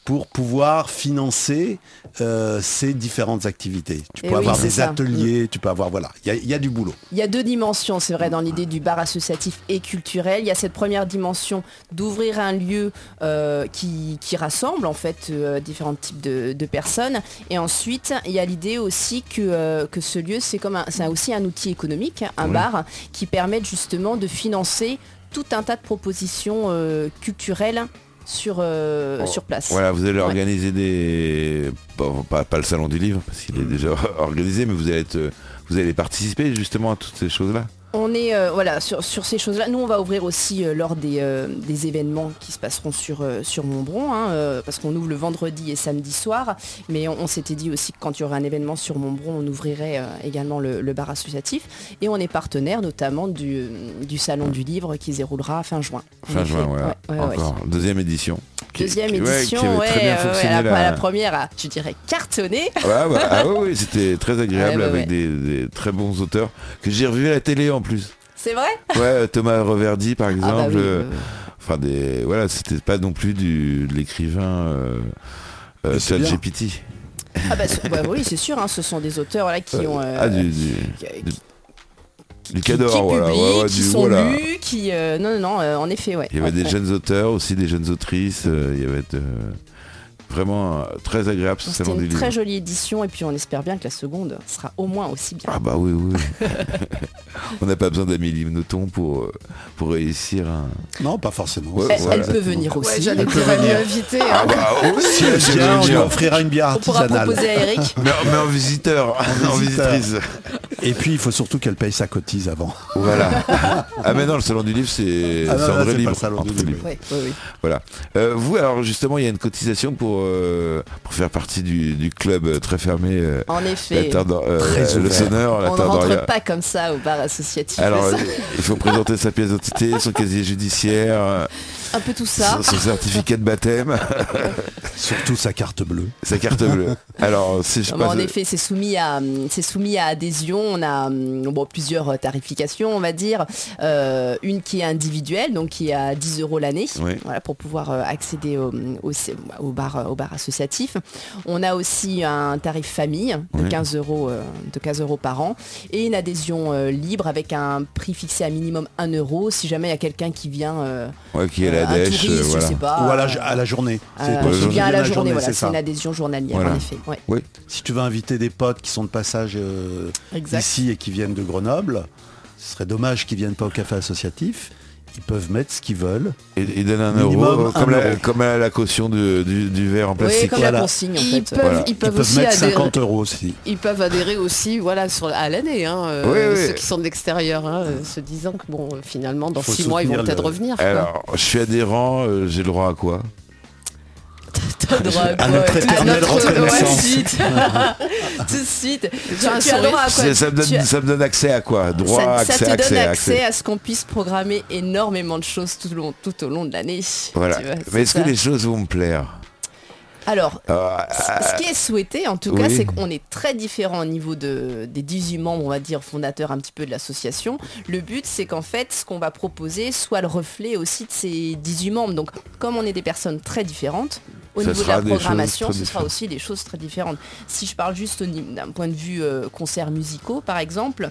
pour pouvoir financer euh, ces différentes activités. Tu Eh peux oui, avoir c'est des ça. Mm. ateliers, tu peux avoir... Voilà, il y a- il y, a du boulot. Il y a deux dimensions, c'est vrai, dans l'idée du bar associatif et culturel. Il y a cette première dimension d'ouvrir un lieu euh, qui, qui rassemble en fait euh, différents types de, de personnes. Et ensuite, il y a l'idée aussi que, euh, que ce lieu, c'est comme un- c'est aussi un outil économique, hein, un bar, qui permet justement de financer tout un tas de propositions euh, culturelles sur, euh, Oh, sur place. Voilà, vous allez Ouais. organiser des. Bon, pas, pas le salon du livre, parce qu'il est déjà [laughs] organisé, mais vous allez, être- vous allez participer justement à toutes ces choses-là. On est euh, voilà sur, sur ces choses-là. Nous, on va ouvrir aussi euh, lors des, euh, des événements qui se passeront sur, euh, sur Montbron, hein, euh, parce qu'on ouvre le vendredi et samedi soir. Mais on, on s'était dit aussi que quand il y aurait un événement sur Montbron, on ouvrirait euh, également le, le bar associatif. Et on est partenaire notamment du, euh, du Salon du Livre qui se déroulera fin juin. En Fin effet. juin, ouais. Ouais, ouais, ouais. Encore. Deuxième édition. Qui- Deuxième qui- ouais, édition, qui avait très ouais, bien euh, ouais, fonctionné la, la- la première a, je dirais, cartonné. Ah, ouais, ah ouais, ouais, c'était très agréable Ouais, ouais, avec ouais. Des, des très bons auteurs que j'ai revus à la télé en plus. C'est vrai Ouais, euh, Thomas Reverdy par Ah exemple. bah oui, euh, euh, Enfin des voilà, c'était pas non plus du de l'écrivain euh, euh, Mais c'est bien. ChatGPT. ah bah, ce- bah oui, c'est sûr, hein, ce sont des auteurs [laughs] là, qui ont... euh, Ah du du, qui- du qui, Cador, qui voilà, publient, ouais, ouais, qui du- sont voilà. lus, qui... euh, non, non, non, euh, en effet, ouais. Il y avait Ouais, des ouais. jeunes auteurs aussi, des jeunes autrices. euh, il y avait euh, vraiment euh, très agréable ce Donc, C'était salon une du livre. très jolie édition et puis on espère bien que la seconde sera au moins aussi bien. Ah bah oui oui. [laughs] On n'a pas besoin d'Amélie Nothomb pour euh, pour réussir. Un... Non, pas forcément. Ouais, elle voilà. elle peut venir Ouais, aussi. j'allais Elle peut dire, elle venir. m'a invité, hein. Ah bah Eh oh, si, elle Si sait elle vient, on lui venir. offrira une bière On pourra artisanale. proposer à Eric. Mais, mais en visiteur, [laughs] en visiteur. visitrice. Et puis, il faut surtout qu'elle paye sa cotise avant. [laughs] Voilà. ah mais non, le salon du livre, c'est Ah non, c'est un là, c'est vrai pas livre. le salon un du vrai livre. livre. Ouais, ouais, ouais. Voilà. Euh, vous, alors justement, il y a une cotisation pour, euh, pour faire partie du, du club euh, très fermé, euh, En la effet, Terre d'Or- euh, Très la- le ouvert. sonneur, la on ne Terre rentre d'Orient. pas comme ça au bar associatif. Alors, Ça- euh, il faut présenter sa pièce d'identité, son casier judiciaire, euh, un peu tout ça. son, son certificat de baptême, [laughs] Surtout sa carte bleue. sa carte bleue. Alors, si je Non, mais passe... Ah bah, en effet, c'est soumis à hum, c'est soumis à adhésion. On a hum, bon, plusieurs euh, tarifications, on va dire. Euh, une qui est individuelle, donc qui est à 10 euros l'année, Oui. voilà, pour pouvoir euh, accéder au, au, au bar euh, au bar associatif. On a aussi un tarif famille de Oui. 15 euros euh, de 15 euros par an et une adhésion euh, libre avec un prix fixé à minimum 1 euro. Si jamais il y a quelqu'un qui vient, euh, ouais, qui est la un dèche, touriste, euh, je voilà. sais pas, Ou à la, euh, à la journée. C'est euh, pour qui ceux vient à la journée, voilà, c'est c'est ça. une adhésion journalière Voilà. en effet. ouais. Oui, Si tu veux inviter des potes qui sont de passage euh, Exact. ici et qui viennent de Grenoble, ce serait dommage qu'ils viennent pas au café associatif. Ils peuvent mettre ce qu'ils veulent. et, et donne un Minimum euro, euh, un comme, la, euro. comme à la caution de- du, du verre en Oui, plastique. comme Voilà. la consigne en Ils fait. peuvent, Voilà. ils Ils peuvent peuvent aussi mettre adhérer. 50 euros aussi. Ils peuvent adhérer aussi, voilà, sur, à l'année, hein, euh, Oui, oui. ceux qui sont de l'extérieur, hein, euh, se disant que bon, euh, finalement, dans Faut six mois, ils soutenir vont peut-être le- revenir. quoi. Alors, je suis adhérent, euh, j'ai le droit à quoi T'as droit à quoi notre tout de éternelle suite. reconnaissance. Ouais, tout de suite. [laughs] Tout de suite. Tu, as tu un as sourire. droit à quoi Ça, ça me donne, Tu as- ça me donne accès à quoi Droit, ça- ça accès, te accès, donne accès. accès à ce qu'on puisse programmer énormément de choses tout au long, tout au long de l'année. Voilà. Tu vois, Mais c'est est-ce ça. Euh, que les choses vont me plaire Alors, Ah, ah, ce qui est souhaité, en tout cas, oui. c'est qu'on est très différent au niveau de, des 18 membres, on va dire, fondateurs un petit peu de l'association. Le but, c'est qu'en fait, ce qu'on va proposer soit le reflet aussi de ces 18 membres. Donc, comme on est des personnes très différentes, au Ça niveau de sera la des choses programmation, très ce sera différentes. aussi des choses très différentes. Si je parle juste au ni- d'un point de vue euh, concerts musicaux, par exemple,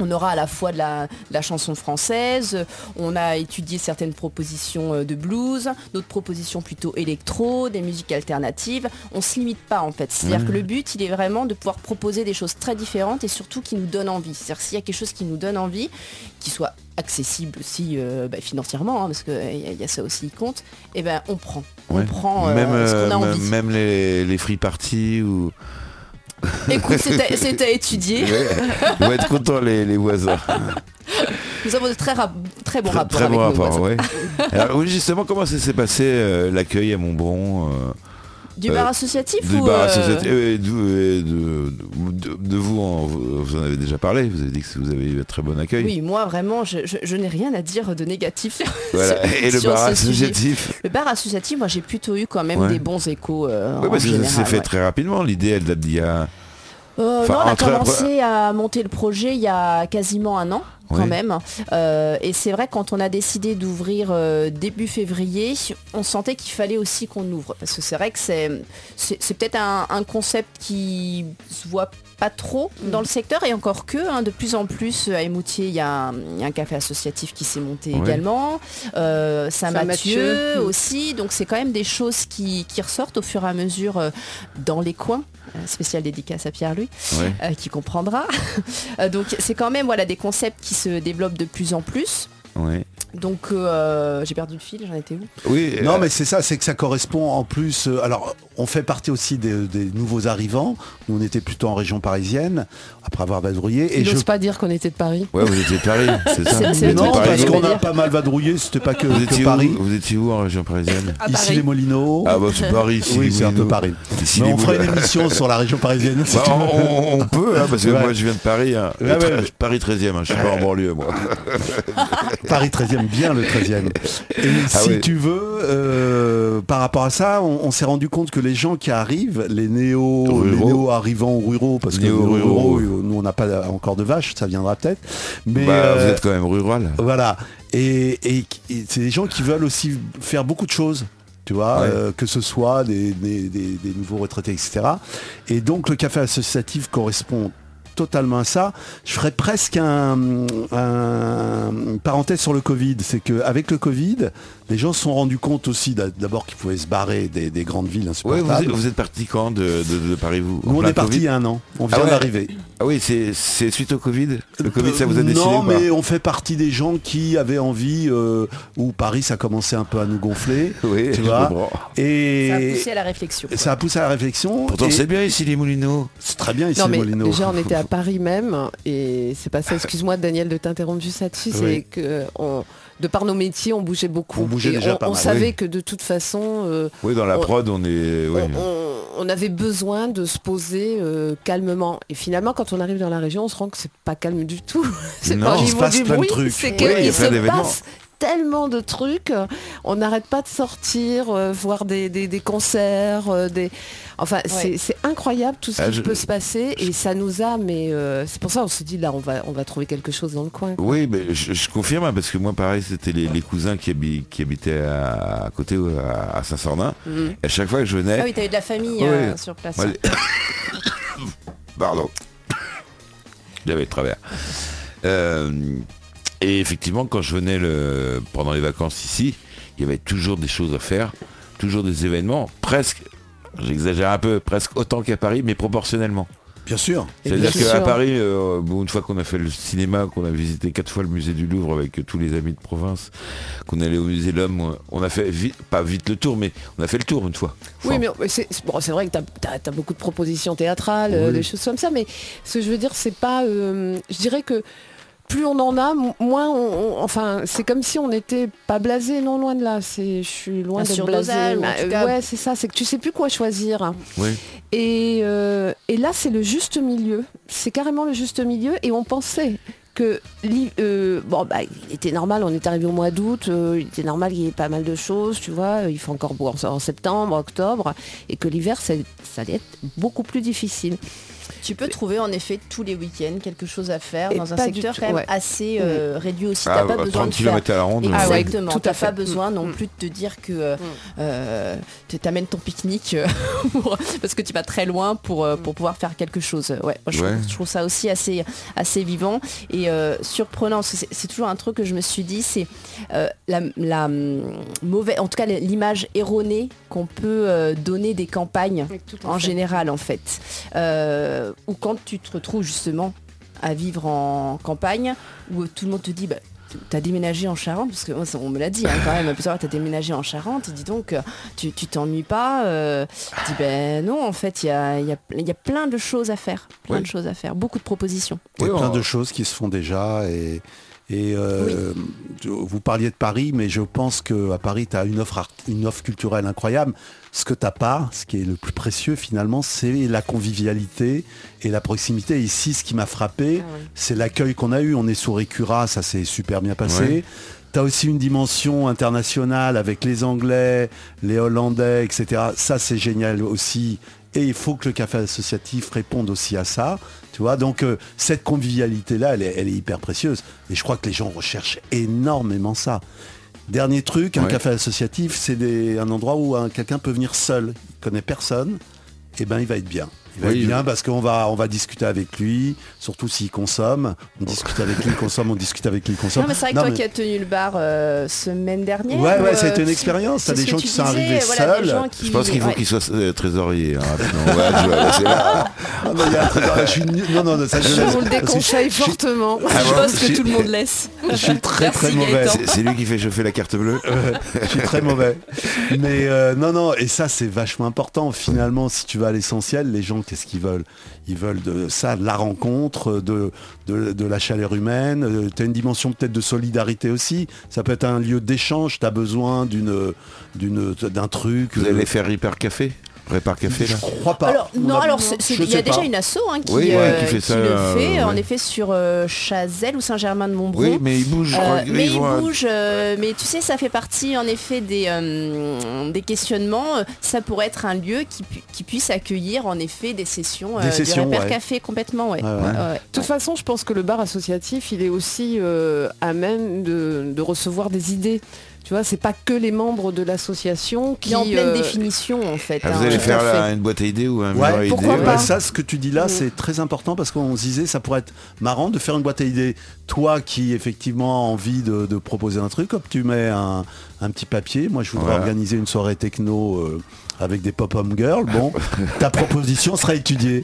on aura à la fois de la, de la chanson française, on a étudié certaines propositions euh, de blues, d'autres propositions plutôt électro, des musiques alternatives. On se limite pas en fait. C'est-à-dire que le but, il est vraiment de pouvoir proposer des choses très différentes et surtout qui nous donnent envie. C'est-à-dire que s'il y a quelque chose qui nous donne envie, qui soit accessible aussi euh, bah, financièrement, hein, parce qu'il y, a- y a ça aussi qui compte, et ben on prend. Ouais. On prend euh, même, ce qu'on a euh, envie. [laughs] même les, les free parties ou Écoute, c'est à, [laughs] c'est à étudier. Ouais. Ils vont être contents les, les voisins. Nous avons de très, rap- très bons Très, rapports très avec Bah, bon nos rapport, voisins. ouais. Alors, oui, justement, comment ça s'est passé euh, l'accueil à Montbron euh, Du Euh, bar associatif du ou bar euh, associatif- euh, d'où- euh, de, de- de vous, en- vous vous en avez déjà parlé, vous avez dit que vous avez eu un très bon accueil. Oui, moi vraiment, je, je- je n'ai rien à dire de [laughs] négatif. sur- Voilà. Et le sur bar ce sujet. associatif, Le bar associatif, moi j'ai plutôt eu quand même Ouais. des bons échos. euh, oui, en parce que ça général, s'est fait ouais. très rapidement. L'idée, elle date d'il y a. Euh, Enfin, non, on a entre la commencé à monter le projet il y a quasiment un an quand Oui. même. Euh, et c'est vrai, quand on a décidé d'ouvrir euh, début février, on sentait qu'il fallait aussi qu'on ouvre. Parce que c'est vrai que c'est c'est c'est peut-être un, un concept qui se voit pas trop Mm. dans le secteur et encore que hein, de plus en plus à Émoutier il y, a un il y a un café associatif qui s'est monté Ouais. également euh, Saint-Mathieu Saint-Mathieu. Mm. aussi donc c'est quand même des choses qui, qui ressortent au fur et à mesure euh, dans les coins Euh, spéciale dédicace à Pierre-Louis Ouais. euh, qui comprendra. Euh, Donc c'est quand même voilà, des concepts qui se développent de plus en plus. ouais. Donc euh, j'ai perdu le fil, j'en étais où Oui, euh, Non, mais c'est ça, c'est que ça correspond en plus. euh, alors, on fait partie aussi des, des nouveaux arrivants. Nous, on était plutôt en région parisienne, après avoir vadrouillé. Il Et je. n'ose pas dire qu'on était de Paris. ouais, vous étiez de Paris, c'est ça C'est- c'est le non, truc Paris. parce que je qu'on voulais a dire. pas mal vadrouillé, c'était pas que, Vous que étiez, Paris. Où, vous étiez où en région parisienne À Ici, les Molinos. Ah bah c'est Paris, ici, oui, les c'est un peu Moulineaux. Paris. Ici, Mais les on fera une Moulineaux. émission sur la région parisienne. [laughs] si Bah, tu veux. on, on peut, hein, parce que Ouais. moi je viens de Paris. hein. Ouais, Tre- ouais. Paris 13 e je suis pas en banlieue moi. [laughs] Paris 13e, bien le 13e. Et si Ah ouais. tu veux, euh, par rapport à ça, on, on s'est rendu compte que les gens qui arrivent, les néo, les Ruraux. néo arrivants ruraux, parce que Néo-ruraux, les ruraux, euh, ouais. nous on n'a pas encore de vaches, ça viendra peut-être. Mais Bah, euh, Vous êtes quand même rural. voilà. Et, et- et c'est des gens qui veulent aussi faire beaucoup de choses. Tu vois, Ouais. euh, que ce soit des, des- des- des nouveaux retraités, etc. Et donc le café associatif correspond totalement à ça. Je ferais presque un, un- une parenthèse sur le Covid. C'est qu'avec le Covid, les gens se sont rendus compte aussi d'a- d'abord qu'ils pouvaient se barrer des, des grandes villes Ouais, vous, êtes, insupportables. vous êtes parti quand de, de- de Paris vous En bah, Nous on plein est parti il Covid y a un an, on Ah vient ouais. d'arriver. Ah oui, c'est c'est suite au Covid Le Covid ça vous a Euh, décidé Non, ou pas mais on fait partie des gens qui avaient envie, euh, où Paris, ça commençait un peu à nous gonfler. [laughs] [laughs] Oui, je tu vois. comprends. Ça a Et poussé à la réflexion. ça a poussé à la réflexion. Pourtant et c'est bien ici les Moulineaux. c'est très bien ici, Non mais Molino. déjà on [laughs] était à Paris même et c'est pas ça. Excuse-moi Daniel de t'interrompre juste là-dessus. Oui. C'est que euh, on- de par nos métiers on bougeait beaucoup. On bougeait Et déjà pas on mal, savait oui. que de toute façon euh, Oui, dans la On- prod on est. oui. on, on- on avait besoin de se poser euh, calmement. Et finalement quand on arrive dans la région on se rend que c'est pas calme du tout. [laughs] c'est Non, pas au il se niveau passe du plein de bruit, trucs. c'est Oui, qu'il il y a plein se d'événements. passe tellement de trucs, on n'arrête pas de sortir, euh, voir des, des- des concerts, euh, des... Enfin, c'est- c'est incroyable tout ce Ah, qui je- peut se passer et ça nous a, mais euh, c'est pour ça on se dit là on va, on va trouver quelque chose dans le coin. Oui, mais je, je confirme, hein, parce que moi, pareil, c'était les, les cousins qui, habi- qui habitaient à, à côté, à, à Saint-Sornin. Et à chaque fois que je venais... Ah oui, t'as eu de la famille Oui. euh, sur place. moi, les- Pardon. J'avais le travers. Euh, et effectivement, quand je venais le, pendant les vacances ici, il y avait toujours des choses à faire, toujours des événements, presque, j'exagère un peu, presque autant qu'à Paris, mais proportionnellement. Bien sûr. Et C'est-à-dire bien sûr. qu'à Paris, euh, bon, une fois qu'on a fait le cinéma, qu'on a visité quatre fois le musée du Louvre avec euh, tous les amis de province, qu'on est allé au musée de l'Homme, on- on a fait vite, pas vite le tour, mais on a fait le tour une fois. Oui, Enfin, mais mais c'est bon, c'est vrai que tu as, beaucoup de propositions théâtrales, euh, Oui. des choses comme ça, mais ce que je veux dire, c'est pas. euh, je dirais que plus on en a, mo- moins on. on- enfin, c'est comme si on n'était pas blasé, non, loin de là. C'est, je suis loin Un d'être blasé. surdosage, ou en mais, tout euh, cas- ouais, c'est ça, c'est que tu sais plus quoi choisir. Oui. Et, euh, et là, c'est le juste milieu. C'est carrément le juste milieu, et on pensait que l'hi- euh, bon bah il était normal on est arrivé au mois d'août euh, il était normal qu'il y ait pas mal de choses tu vois il fait encore beau en, en septembre octobre et que l'hiver ça, ça allait être beaucoup plus difficile Tu peux trouver en effet tous les week-ends quelque chose à faire Et dans un pas du secteur tout, quand même ouais. assez euh, réduit aussi. à, Ah, T'as pas ah, à besoin 30 de faire km à la ronde. Ah ouais. Exactement, tout à t'as fait. pas besoin non Mm. plus de te dire que euh, euh, tu t'amènes ton pique-nique euh, [laughs] pour- parce que tu vas très loin pour, euh, Mm. pour pouvoir faire quelque chose. Ouais, moi, je, Ouais. trouve, je trouve ça aussi assez, assez vivant et euh, surprenant. parce que C'est c'est toujours un truc que je me suis dit, c'est euh, la, la, hum, mauvaise, en tout cas l'image erronée qu'on peut euh, donner des campagnes en général en fait. Euh, ou quand tu te retrouves justement à vivre en campagne où tout le monde te dit bah, t'as déménagé en Charente Parce que moi, ça, on me l'a dit hein, quand même, plusieurs fois, t'as déménagé en Charente, dis donc, euh, tu tu t'ennuies pas euh, Je dis, ben non, en fait, il y a, il y a- il y a plein de choses à faire, plein Oui. de choses à faire, beaucoup de propositions. Il y a Oui, plein on- de choses qui se font déjà. Et, et, euh, je- vous parliez de Paris, mais je pense qu'à Paris, tu as une offre, art- une offre culturelle incroyable. Ce que tu n'as pas, ce qui est le plus précieux finalement, c'est la convivialité et la proximité. Et ici, ce qui m'a frappé, c'est l'accueil qu'on a eu. On est sur Récura, ça s'est super bien passé. Ouais. Tu as aussi une dimension internationale avec les Anglais, les Hollandais, etc. Ça, c'est génial aussi. Et il faut que le café associatif réponde aussi à ça. Tu vois, donc euh, cette convivialité-là, elle est, elle est hyper précieuse. Et je crois que les gens recherchent énormément ça. Dernier truc, un Ouais. café associatif, c'est des- un endroit où hein, quelqu'un peut venir seul. Il connaît personne. Et ben, il va être bien. Il va Oui, être bien je- parce qu'on va, on va discuter avec lui, surtout s'il consomme. On discute avec lui, il consomme, on discute avec lui, il consomme. Non, mais c'est vrai que Non, toi mais- qui as tenu le bar euh, semaine dernière. Ouais, ouais, euh, ça a été une expérience. T'as c'est des ce gens que qui tu sont disais, arrivés voilà, des seuls. gens qui- Je pense qu'il faut ouais. qu'il soit euh, trésorier. hein, rapidement. Ouais, tu vois, là, c'est [laughs] là. Ah, mais il y a un truc- ah, je suis nul- Non, non, non, ça je Je vous le parce que je- déconseille fortement. Ah Je bon pense que J'ai- tout le monde laisse. Je suis très très Merci, mauvais. Gaëtan. C'est- C'est lui qui fait chauffer la carte bleue. Euh, Je suis très mauvais. Mais euh, non, non, et ça c'est vachement important. Finalement, si tu vas à l'essentiel, les gens, qu'est-ce qu'ils veulent Ils veulent de ça, de la rencontre, de, de, de la chaleur humaine. Tu as une dimension peut-être de solidarité aussi. Ça peut être un lieu d'échange. Tu as besoin d'une d'une- d'un truc. Vous euh, allez faire Ripper Café Répar Café je là crois pas. Alors, On non, a- alors c'est- c'est- je il y a sais déjà pas. une asso hein, qui, Oui, ouais, euh, qui fait qui ça, le euh, fait, en ouais. effet sur euh, Chazelle ou Saint-Germain-de-Montbron. Oui, mais il bouge. je Euh, crois qu'ils mais il vont hein. à- bouge, euh, mais tu sais, ça fait partie en effet des, euh, des questionnements. Euh, Ça pourrait être un lieu qui, pu- qui puisse accueillir en effet des sessions, Des euh, sessions, du repère ouais. café complètement. Ouais. Ouais, Ah, ouais. Ouais, ouais. De toute façon, je pense que le bar associatif, il est aussi euh, à même de, de recevoir des idées. Tu vois, c'est pas que les membres de l'association qui. Qui est en pleine euh, définition en fait. Ah, vous hein, allez tout à faire fait. là, une boîte à idées ou un mur à Ouais, idées pourquoi ouais. [laughs] pas. Bah, Mm. Ça, ce que tu dis là, c'est très important parce qu'on se disait, ça pourrait être marrant de faire une boîte à idées. Toi qui effectivement as envie de, de proposer un truc, hop, tu mets un, un petit papier. Moi, je voudrais Ouais. organiser une soirée techno euh, avec des pop-up girls. Bon, ta proposition sera étudiée.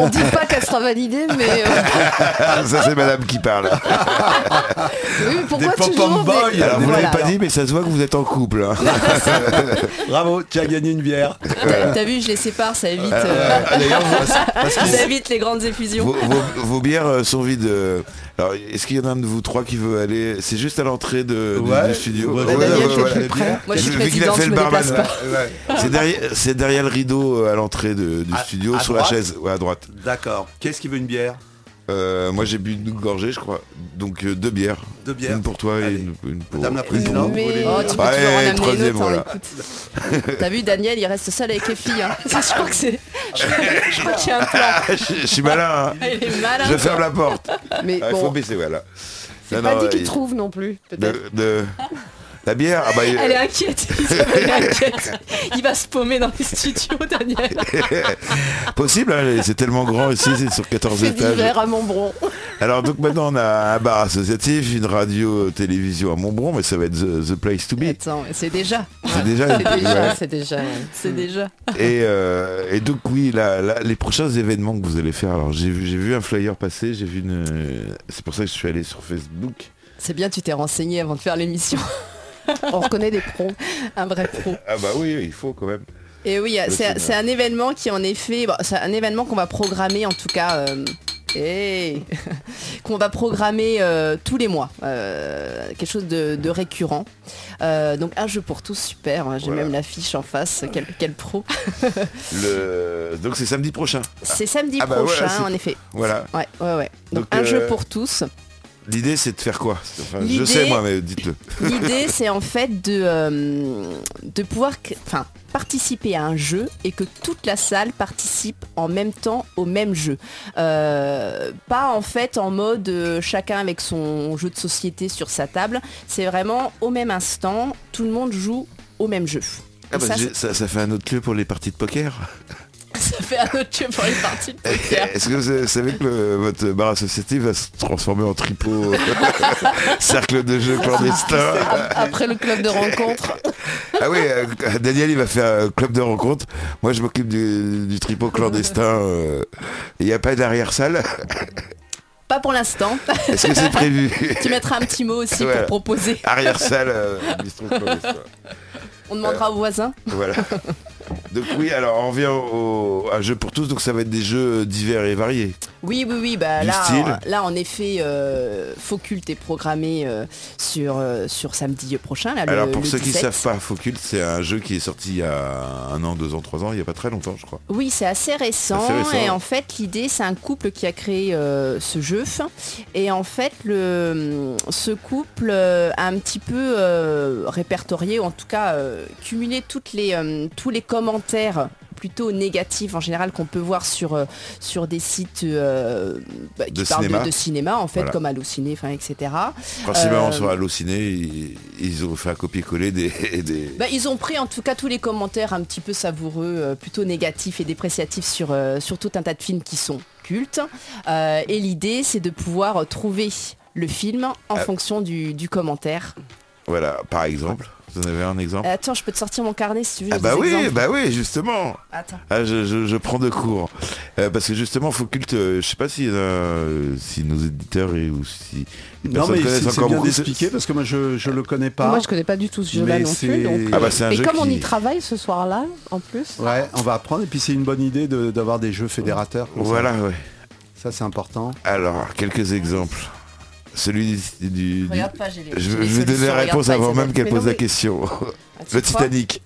On dit pas qu'elle sera validée, mais. euh, [laughs] Ah, ça c'est madame qui [laughs] parle. oui, mais pourquoi Des tu pom-pom demandes boys, des- Alors vous Voilà, l'avez pas alors. dit, mais ça se voit que vous êtes en couple. hein. Bravo, tu as gagné une bière. T'as t'as vu, je les sépare, ça Ah, évite, euh, [laughs] ça évite les grandes effusions. Vos, vos- vos bières euh, sont vides. euh. Alors, est-ce qu'il y en a un de vous trois qui veut aller C'est juste à l'entrée de, du- Ouais. du studio. Ouais, Daniel, ouais, t'es ouais, plus ouais. près. Moi, je suis Vu qu'il a présidente, fait je le me barman. déplace ouais. C'est derrière, c'est derrière le rideau euh, à l'entrée de- du À- studio, à sur droite la chaise, ouais, à droite. D'accord. Qu'est-ce qui veut une bière Euh, moi, j'ai bu une gorgée, je crois. Donc euh, deux bières. Deux bières. Une pour toi et Allez. une, une pour. Madame la une pour présidente. vous. Mais- Oh, tu peux Ouais, toujours en amener troisième, une autre, hein, voilà. écoute. T'as vu, Daniel, il reste seul avec les filles. hein. [laughs] Je crois que c'est. Je crois, je crois qu'il y a un plan. Ah, je, je suis malin. hein. [laughs] Il est malin. Je ferme la porte. Mais Ah, Il faut bon, baisser, voilà. c'est Non, pas non, dit il- qu'ils trouvent non plus, peut-être. de, de- la bière. Ah bah, il- Elle est inquiète, [laughs] Isabelle, elle est inquiète. Il va se paumer dans les studios, Daniel. Possible, hein, c'est tellement grand ici, c'est sur 14 C'est étages. divers à Montbron. Alors donc maintenant on a un bar associatif, une radio euh, télévision à Montbron, mais ça va être The, the Place to Be. Attends, c'est déjà. C'est déjà. C'est déjà, ouais. c'est déjà. C'est déjà. Et, euh, et donc oui, là, là, les prochains événements que vous allez faire, alors j'ai vu, j'ai vu un flyer passer, j'ai vu une. euh, C'est pour ça que je suis allé sur Facebook. C'est bien, tu t'es renseigné avant de faire [laughs] l'émission. On reconnaît des pros. Un vrai pro. Ah bah oui, il faut quand même. Et oui, c'est Seigneur. c'est un événement qui en effet, bon, c'est un événement qu'on va programmer en tout cas. euh, [laughs] hey, [laughs] qu'on va programmer euh, tous les mois, Euh, quelque chose de, de récurrent. Euh, donc un jeu pour tous, super. hein. J'ai Voilà. Ah. même l'affiche en face, quel, quel pro. Le... Donc c'est samedi prochain. C'est samedi Ah bah prochain, voilà, c'est- en effet. Voilà. Ouais, ouais, ouais. Donc, Donc, un euh, jeu pour tous. L'idée c'est de faire quoi Enfin, Je L'idée- sais moi, mais dites-le. L'idée, c'est en fait de, euh, de pouvoir cr- enfin, participer à un jeu et que toute la salle participe en même temps au même jeu. Euh, pas en fait en mode euh, chacun avec son jeu de société sur sa table. C'est vraiment au même instant, tout le monde joue au même jeu. Ah bah, ça, j'ai- ça, ça fait un autre lieu pour les parties de poker. [laughs] Ça fait un autre jeu pour les [laughs] parties de poker. Est-ce que vous savez que le- votre bar associatif va se transformer en tripot [laughs] cercle de jeu clandestin Après le club de rencontre, Ah oui, euh, Daniel il va faire euh, club de rencontre. Moi je m'occupe du, du tripot clandestin. euh. Il n'y a pas d'arrière-salle Pas pour l'instant. Est-ce que c'est prévu tu mettras un petit mot aussi Voilà. pour proposer. Arrière-salle, euh, bistrot clandestin. On demandera aux voisins. Voilà. Donc oui, alors on revient au, au- à jeu pour tous, donc ça va être des jeux divers et variés. Oui, oui, oui. Bah, Du là, style. là, en effet, euh, Focult est programmé euh, sur, euh, sur samedi prochain. là, Ah, le- alors pour le ceux qui 17. savent pas, Focult, c'est un jeu qui est sorti il y a un an, deux ans, trois ans, il n'y a pas très longtemps, je crois. Oui, c'est assez récent. Assez récent. Et en fait, l'idée, c'est un couple qui a créé euh, ce jeu. Et en fait, le, mm, ce couple euh, a un petit peu euh, répertorié, ou en tout cas euh, cumulé toutes les, euh, tous les commentaires plutôt négatifs en général qu'on peut voir sur, euh, sur des sites euh, bah, qui De parlent cinéma. De, de cinéma, en fait, Voilà. comme Allociné, enfin, etc. Principalement Euh, sur Allociné, ils, ils ont fait un copier-coller des... des... Bah, ils ont pris en tout cas tous les commentaires un petit peu savoureux, euh, plutôt négatifs et dépréciatifs sur, euh, sur tout un tas de films qui sont cultes. Euh, et l'idée, c'est de pouvoir trouver le film en Ah. fonction du, du commentaire. Voilà, par exemple. Vous en avez un exemple Euh, attends, je peux te sortir mon carnet si tu veux. Ah j'ai bah des oui, exemples. bah oui, justement. Attends. Ah, je, je- je prends de cours. Euh, parce que justement, Focult, euh, je sais pas si, euh, si nos éditeurs et, ou si les Non, personnes mais connaissent c'est c'est encore bien beaucoup. d'expliquer parce que moi je, je le connais pas. Moi, je connais pas du tout ce jeu-là Mais non c'est- plus. Donc... Ah bah c'est un Et jeu comme on qui- y travaille ce soir-là, en plus, Ouais, on va apprendre et puis c'est une bonne idée de- d'avoir des jeux fédérateurs. comme ça. Voilà, ouais. Ça c'est important. Alors, quelques exemples. Celui du... du- du- Regarde pas, j'ai les- Je, j'ai je vais les donner solutions, la regarde réponse pas, avant Isabelle. même qu'elle Mais non, pose la mais- question. Ah, [laughs] tu Le crois Titanic.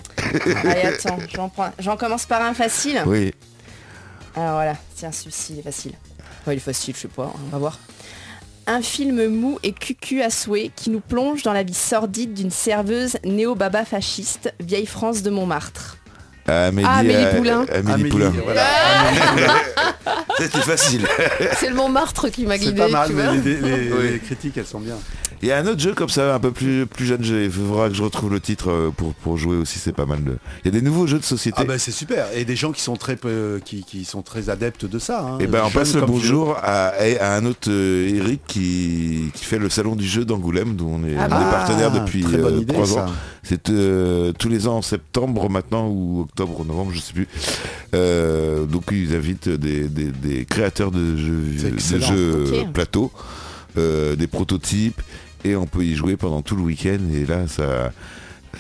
Allez, attends, j'en prends- j'en commence par un facile. Oui. Alors Ah, voilà, tiens, celui-ci il est facile. Ouais, il est facile, je sais pas, on va voir. Un film mou et cucu à souhait qui nous plonge dans la vie sordide d'une serveuse néo-baba fasciste, vieille France de Montmartre. Amélie, Ah, Amélie euh, Poulain. Amélie, Amélie, Poulain. [laughs] voilà. Ah, C'était facile. c'est le Montmartre qui m'a C'est guidé. pas mal, tu mais vois. les, les- Oui. les critiques elles sont bien. Il y a un autre jeu comme ça, un peu plus, plus jeune. jeu. Il faudra que je retrouve le titre euh, pour, pour jouer aussi. C'est pas mal. De... Il y a des nouveaux jeux de société. Ah bah c'est super. Et des gens qui sont très peu- qui, qui sont très adeptes de ça. hein. Et ben on Jeunes passe le comme bonjour à, à un autre euh, Eric qui, qui fait le salon du jeu d'Angoulême dont on est, Ah on est vieux. Ah, partenaire depuis très bonne euh, idée, trois ça. ans. C'est euh, tous les ans en septembre maintenant ou octobre ou novembre, je sais plus. Euh, donc ils invitent des, des- des créateurs de C'est jeux, de excellent. jeux euh, Ok. plateaux, euh, des prototypes et on peut y jouer pendant tout le week-end et là ça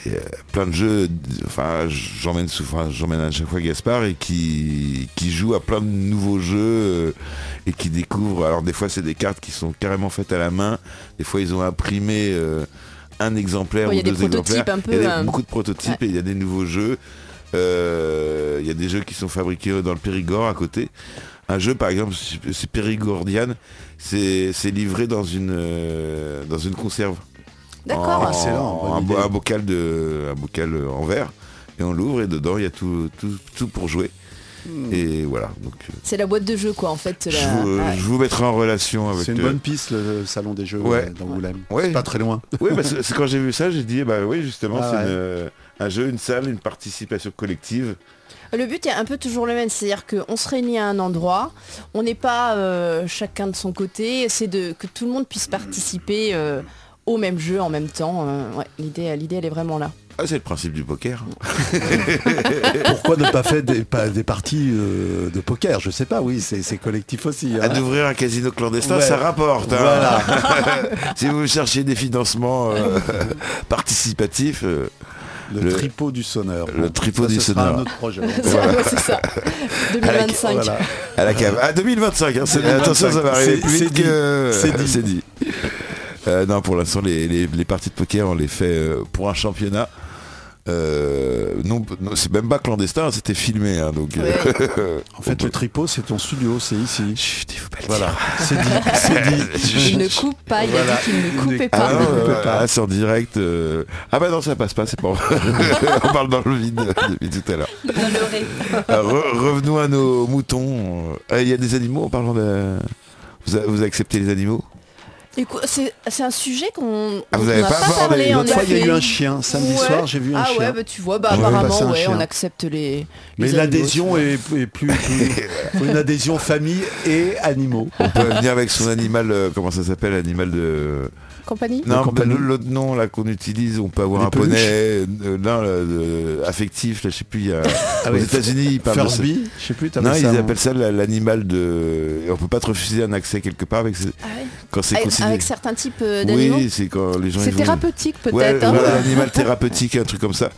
il y a plein de jeux enfin j'emmène sou- enfin, j'emmène à chaque fois Gaspard et qui qui joue à plein de nouveaux jeux euh, et qui découvre alors des fois c'est des cartes qui sont carrément faites à la main des fois ils ont imprimé euh, un exemplaire Ouais, il y ou a des deux prototypes exemplaires un peu, il y a des- hein. beaucoup de prototypes et il y a des nouveaux jeux Euh, il y a des jeux qui sont fabriqués dans le Périgord à côté un jeu par exemple c'est- c'est Périgordiane c'est c'est livré dans une euh, dans une conserve D'accord. en- Ah, Excellent, bonne Oh, un, bo- idée. un bocal de, un bocal euh, en verre. Et on l'ouvre et dedans il y a tout, tout, tout pour jouer. Hmm. Et voilà. Donc Oh. euh, C'est la boîte de jeu quoi en fait. je, la- vous, Ah, je vous mettrai en relation avec. C'est une euh, bonne piste le salon des jeux Ouais. euh, d'Angoulême. Ouais. C'est pas très loin. Oui, bah, c'est c'est quand j'ai vu ça, j'ai dit eh bah oui justement Ah c'est ouais. une, euh, un jeu, une salle, une participation collective. Le but est un peu toujours le même, c'est-à-dire qu'on se réunit à un endroit, on n'est pas euh, chacun de son côté, c'est de que tout le monde puisse participer euh, au même jeu en même temps. Euh, ouais, l'idée, l'idée elle est vraiment là. [laughs] Ah, c'est le principe du poker. Pourquoi ne pas faire des, pas- des parties euh, de poker Je sais pas. Oui, c'est c'est collectif aussi. À hein. Ah, d'ouvrir un casino clandestin, Ouais. ça rapporte. hein. Voilà. si vous cherchez des financements [laughs] euh, participatifs, euh, Le, Le- tripot du sonneur. le tripot Ça, du ce sera sonneur. un autre projet. [laughs] c'est ça. 2025. Voilà. À la cave. À 2025, hein, c'est- 2025. attention, ça va arriver C'est- plus c'est vite dit. que. C'est dit. [laughs] C'est dit. Euh, non, pour l'instant, les, les- les parties de poker, on les fait euh, pour un championnat. Euh, non, non, c'est même pas clandestin, c'était filmé. hein, donc, euh, Ouais. [laughs] En fait, le tripot, c'est ton studio, c'est ici. chut, il faut pas le Voilà, dire. c'est dit, [laughs] c'est Il dit. ne coupe pas, il a Voilà. dit qu'il ne coupait Ah, pas. non, on peut euh, pas. ah, c'est en direct. euh, Ah bah non, ça passe pas, c'est pas. vrai. [laughs] on parle dans le vide [laughs] depuis tout à l'heure. Euh, re- revenons à nos moutons. Euh, Il y a des animaux en parlant de. Vous, a- vous acceptez les animaux Écoute, c'est c'est un sujet qu'on Ah, vous on avez n'a pas abordé. parlé en L'autre fois, il y a effet. eu un chien. Samedi Ouais. soir, j'ai vu un ah chien. ouais, bah, tu vois, bah, J'ai vu passer apparemment, un ouais, chien. on accepte les. Mais les animaux. l'adhésion est, est [laughs] plus, plus- faut une adhésion famille et animaux. On peut venir avec son animal, euh, comment ça s'appelle, animal de... Compagnie Non, mais compagnie. le- l'autre nom là qu'on utilise, on peut avoir Les un peluches. Ah poney, euh, non, là, euh, affectif, là, je sais plus, il y a... aux oui. États-Unis, ils parlent de ça. Furby, je sais plus. t'as Non, appelé ils ça, hein. appellent ça la- l'animal de. et on peut pas te refuser un accès quelque part avec ce- Ah ouais. quand c'est Avec- considéré. Avec certains types euh, d'animaux Oui, c'est quand les gens. ils C'est vont- thérapeutique peut-être. Ouais, hein. voilà, animal thérapeutique, un truc comme ça.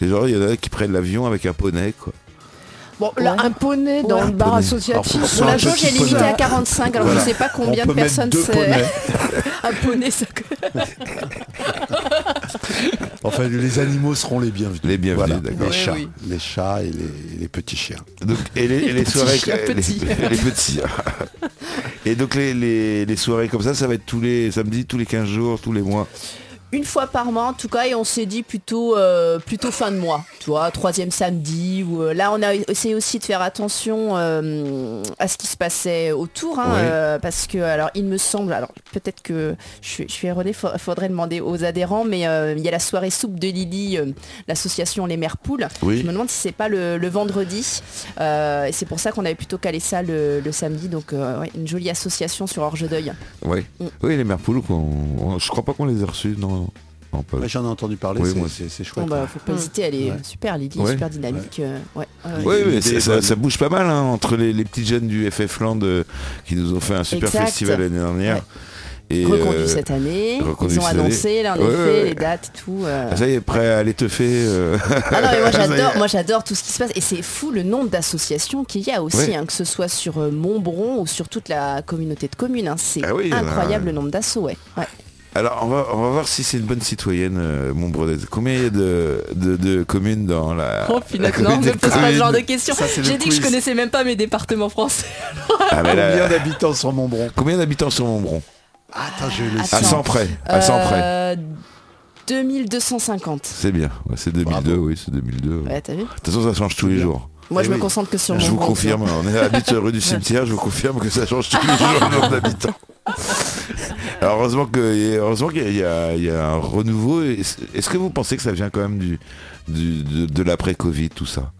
Et genre, il y en a qui prennent l'avion avec un poney, quoi. Bon, là, un poney dans Ouais. le bar Poney. associatif. Alors, Bon, un la jauge petit est limitée poney. à 45, alors Voilà. je sais pas On combien peut de mettre personnes deux [laughs] poneys. Un poney, ça. Enfin, les animaux seront les bienvenus. Les bienvenus, Voilà. d'accord. Les chats, oui. les chats et les, et les petits chiens. Donc, et les, et les petits soirées. chiens les, petits. [laughs] les petits. Et donc, les, les- les soirées comme ça, ça va être tous les samedis, tous les 15 jours, tous les mois. Une fois par mois en tout cas et on s'est dit plutôt euh, plutôt fin de mois, tu vois, troisième samedi ou euh, là on a essayé aussi de faire attention euh, à ce qui se passait autour hein, Oui. euh, parce que alors il me semble alors peut-être que je suis, je suis erronée, fa- faudrait demander aux adhérents mais euh, il y a la soirée soupe de Lily, euh, l'association Les Mères Poules. Oui. Je me demande si c'est pas le, le vendredi. euh, et c'est pour ça qu'on avait plutôt calé ça le, le samedi. Donc euh, ouais, une jolie association sur Orge d'œil. Oui. Mm. Oui, les mères poules, quoi. on- on- je crois pas qu'on les a reçues, non. non. Non, pas- Ouais, Bah, J'en ai entendu parler, Oui, c'est- moi. c'est c'est Bon chouette. bah faut pas Mm. hésiter, elle est Ouais. super Lily, Ouais. super dynamique. euh, ouais, ouais, ouais. Oui, Il y a mais des c'est- ça, bonnes- ça bouge pas mal hein, entre les, les petits jeunes du FF Land euh, qui nous ont fait un super Exact. festival l'année dernière. Ouais. Et, Reconduit euh, cette année, reconduit ils ont cette annoncé là en Ouais, effet ouais, ouais. les dates et tout. euh. [laughs] ah, ça y est, prêt à aller te faire. euh, Ah non mais moi Ça y est. j'adore, moi j'adore tout ce qui se passe et c'est fou le nombre d'associations qu'il y a aussi, Ouais. hein, que ce soit sur euh, Montbron ou sur toute la communauté de communes, hein, c'est Ah oui, il y en a, incroyable ouais. le nombre d'assauts. Ouais. Ouais. [laughs] Alors, on va, on va voir si c'est une bonne citoyenne, euh, mon Bredez. Combien il y a de, de- de communes dans Ah, la. Oh, la finalement, non, commune des ne pose pas ce communes genre de questions. Ça, c'est le J'ai dit que je quiz. connaissais même pas mes [laughs] départements français. Ah, mais là, Combien d'habitants sur Montbron Combien d'habitants sur Montbron Ah, Attends, je vais À Attends. 100 près. À 100 près. Euh, 2250. C'est bien. Ouais, c'est 2002, oui, c'est 2002. Ouais, t'as vu De toute façon, ça change tous les jours. Moi, Eh je oui. me concentre que sur mon Je vous ventre. confirme, on est habite rue du cimetière, je vous confirme que ça change tous les jours le nombre d'habitants. Alors heureusement que- heureusement qu'il y, a- il y a un renouveau. Est-ce est-ce que vous pensez que ça vient quand même du, du- de, de l'après-Covid, tout ça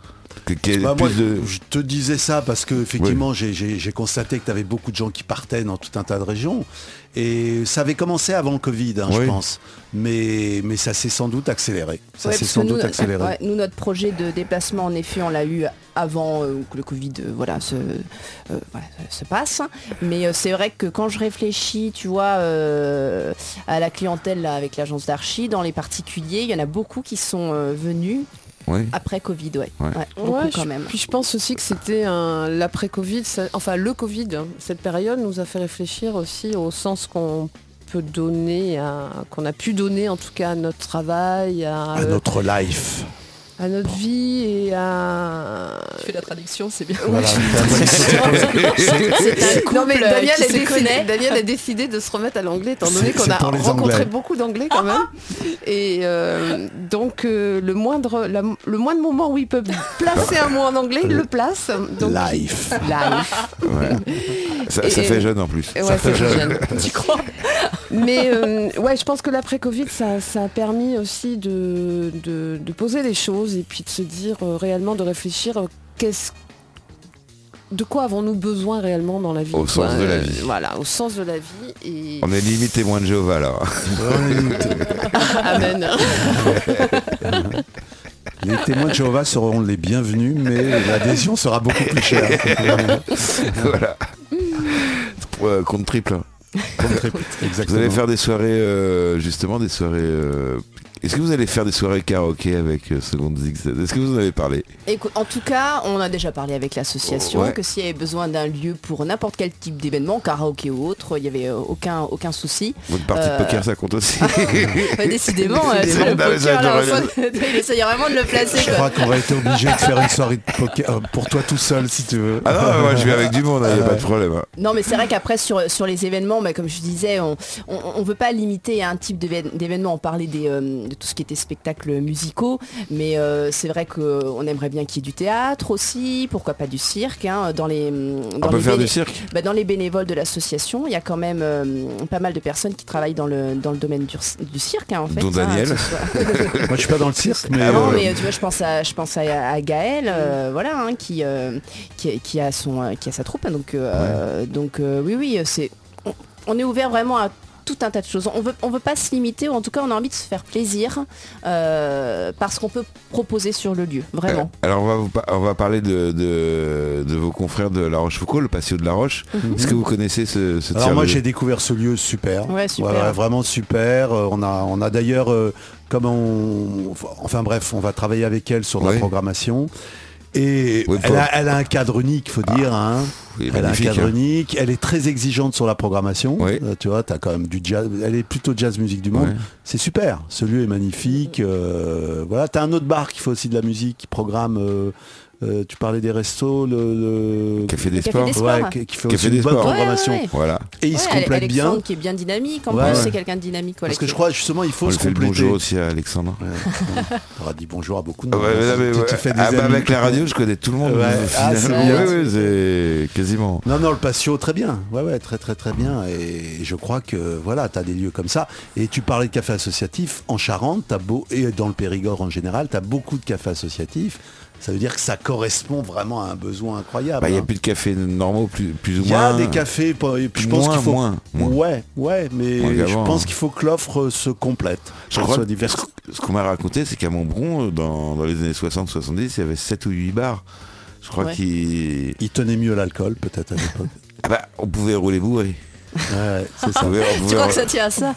Que- qu'il y ait Bah, moi, plus de- je te disais ça parce que effectivement, j'ai- j'ai j'ai constaté que tu avais beaucoup de gens qui partaient dans tout un tas de régions. Et ça avait commencé avant le Covid, hein, je Oui. pense. Mais, mais ça s'est sans doute accéléré. Ça Ouais, s'est parce sans que nous, doute no- accéléré. ouais, nous, notre projet de déplacement, en effet, on l'a eu avant euh, que le Covid euh, voilà, se, euh, voilà, se passe. Mais euh, c'est vrai que quand je réfléchis, tu vois, euh, à la clientèle là, avec l'agence d'archi, dans les particuliers, il y en a beaucoup qui sont euh, venus Oui. après Covid, ouais. Ouais. Ouais, beaucoup Ouais, quand je- même. Puis je pense aussi que c'était un- l'après-Covid, ça- enfin le Covid, hein, cette période nous a fait réfléchir aussi au sens qu'on peut donner, à- qu'on a pu donner en tout cas à notre travail, à, À euh, notre [laughs] life. à notre vie et à... Tu fais la traduction, c'est bien. [laughs] Voilà. [laughs] C'est un couple [laughs] Non mais Daniel qui a, se décidé, connaît. Daniel a décidé de se remettre à l'anglais étant donné C'est- qu'on c'est a pour les rencontré Anglais. beaucoup d'anglais [laughs] quand même. Et euh, donc euh, le moindre la- le moindre moment où il peut placer un mot en anglais, il le place. Donc, Life. Life. voilà. Ça, Et- ça et- fait jeune en plus. Ouais, c'est jeune. [laughs] Tu crois [laughs] Mais euh, ouais, je pense que l'après-Covid, ça, ça a permis aussi de, de- de poser les choses et puis de se dire euh, réellement, de réfléchir euh, qu'est-ce de quoi avons-nous besoin réellement dans la vie Au quoi. sens de la Euh, vie. Voilà, au sens de la vie et On est limite témoin de Jéhovah là. [laughs] Amen. Les témoins de Jéhovah seront les bienvenus, mais l'adhésion sera beaucoup [laughs] plus chère. voilà. Euh, compte triple. Vous Exactement. allez faire des soirées, euh, justement, des soirées. euh, Est-ce que vous allez faire des soirées karaoké avec euh, Seconde Zig Est-ce que vous en avez parlé Écoute, en tout cas, on a déjà parlé avec l'association Ouais. que s'il y avait besoin d'un lieu pour n'importe quel type d'événement, karaoké ou autre, il n'y avait euh, aucun, aucun souci. Votre partie Euh, de poker, ça compte aussi. Bah, décidément, euh, Décidément, c'est le bah, mais ça poker, là, devrait- on s'en- [laughs] il essaye vraiment de le placer. Je quoi. crois qu'on va être obligé de faire une soirée de poker euh, pour toi tout seul si tu veux. [laughs] ah non, moi je vais avec du monde, il n'y a pas de problème. hein. Non, mais c'est vrai qu'après, sur, sur les événements, bah, comme je disais, on ne veut pas limiter à un type d'éven- d'événement. On parlait des, euh, de tout ce qui était spectacles musicaux. Mais euh, c'est vrai qu'on aimerait bien qu'il y ait du théâtre aussi, pourquoi pas du cirque. hein, dans les, On dans peut les faire béné- du cirque bah, dans les bénévoles de l'association, il y a quand même euh, pas mal de personnes qui travaillent dans le, dans le domaine du, du cirque, hein, en fait. Dont Daniel. que ce soit- Moi, je suis pas dans le cirque, mais. Ah non, euh, mais euh, tu vois, je pense à, je pense à, à Gaël, euh, voilà, hein, qui, euh, qui, qui a son, euh, qui a sa troupe. hein, donc, euh, donc euh, oui, oui, euh, c'est, on, on est ouvert vraiment à tout un tas de choses. On veut, on veut pas se limiter, ou en tout cas, on a envie de se faire plaisir euh, parce qu'on peut proposer sur le lieu, vraiment. Euh, Alors on va, vous par- on va parler de, de- de vos confrères de La Rochefoucauld, le patio de La Roche. Est-ce que vous connaissez ce, ce Alors tiers moi de- j'ai découvert ce lieu super. Ouais, super. vraiment super. Euh, On a, on a d'ailleurs, euh, comme on, enfin bref, on va travailler avec elle sur de Ouais. la programmation. Et Ouais, elle, pas- a, elle a un cadre unique, faut dire. hein. il est Elle a un magnifique, cadre hein. unique. Elle est très exigeante sur la programmation. Ouais. Euh, tu vois, t'as quand même du jazz. Elle est plutôt jazz musique du monde. Ouais. C'est super. Ce lieu est magnifique. Euh, voilà, t'as un autre bar qui fait aussi de la musique, qui programme. euh, euh, tu parlais des restos, le, le- Café des Café Sports des Sports. Ouais, hein. qui, qui fait Café aussi des une bonne Sports. Ouais, programmation. ouais, ouais. Voilà. Et ils se Ouais, Ale- complètent bien. Alexandre qui est bien dynamique, en Ouais, plus ouais. c'est quelqu'un de dynamique. voilà, Parce que qui- je crois justement il faut On lui se fait le compléter. bonjour aussi à Alexandre. On aura dit bonjour à beaucoup de Ah monde. ouais, mais non, mais Tu- ouais. tu fais des Ah bah amis. avec la radio, je connais tout le monde. Ouais. euh, Ah, [laughs] c'est finalement. bien. Ouais, ouais, c'est quasiment. Non, non, le patio, très bien. Ouais, ouais, très, très, très bien. Et je crois que, voilà, tu as des lieux comme ça. Et tu parlais de café associatif. En Charente, t'as beau, et dans le Périgord en général, tu as beaucoup de cafés associatifs. Ça veut dire que ça correspond vraiment à un besoin incroyable. Bah, Il n'y a hein. plus de cafés normaux, plus, plus ou Il y a moins. des cafés, pas- et puis je pense Moins, qu'il faut. moins, moins. Ouais, ouais, mais Moins je qu'avant, pense hein. qu'il faut que l'offre se complète. Je qu'elle crois soit que diverse. ce qu'on m'a raconté, c'est qu'à Montbron, euh, dans, dans les années 60-70, il y avait 7 ou 8 bars. Je crois Ouais. qu'il. Il tenait mieux l'alcool, peut-être à [laughs] l'époque. Ah bah, on pouvait rouler bourré. Ouais, c'est Ah, On ça. [laughs] pouvait- on Tu pouvait- crois que ça tient à ça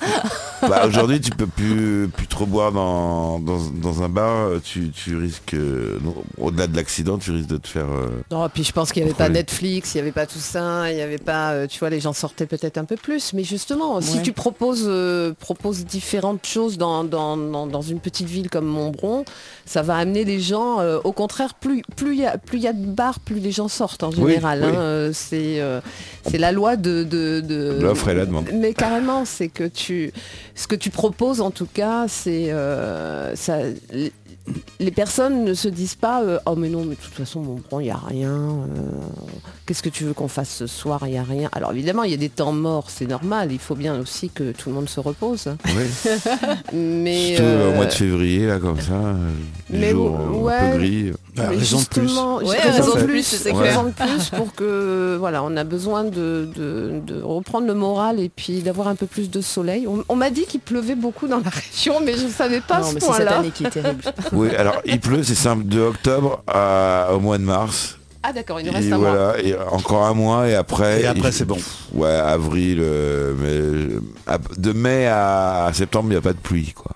Bah, Aujourd'hui, tu peux plus, plus trop boire dans, dans, dans un bar. euh, Tu, tu risques, euh, non, au-delà de l'accident, tu risques de te faire. euh, Non, puis je pense qu'il n'y avait Entre pas les- Netflix, il n'y avait pas tout ça, il n'y avait pas, euh, tu vois, les gens sortaient peut-être un peu plus. Mais justement, si Ouais. tu proposes, euh, proposes différentes choses dans, dans, dans, dans une petite ville comme Montbron, ça va amener les gens, euh, au contraire, plus plus il y, a- plus il y a de bars, plus les gens sortent en général. oui. hein, euh, c'est euh, c'est la loi de... de, de- L'offre et la demande. Mais carrément, c'est que tu... Ce que tu proposes, en tout cas, c'est... euh, ça les personnes ne se disent pas euh, oh mais non mais de toute façon mon prend il n'y a rien euh, qu'est-ce que tu veux qu'on fasse ce soir il n'y a rien alors évidemment il y a des temps morts c'est normal il faut bien aussi que tout le monde se repose hein. ouais. [laughs] mais Surtout euh, euh, au mois de février, là, comme ça. euh, les mais jours, ou- euh, un peu ouais. [laughs] gris. Ah, mais raison de plus. justement, Ouais, raison raison de de plus, plus, c'est raison clair. de plus pour que voilà, on a besoin de, de- de reprendre le moral et puis d'avoir un peu plus de soleil. On, on m'a dit qu'il pleuvait beaucoup dans la [laughs] région, mais je ne savais pas Non, ce mais c'est cette point-là. année qui est [laughs] terrible. Oui, alors il pleut, c'est simple, de octobre à- au mois de mars. Ah d'accord, il nous et reste un mois. voilà, et encore un mois et après. Et après, il- c'est bon. Ouais, avril, euh, mais, à- de mai à, à septembre, il n'y a pas de pluie, [laughs] quoi.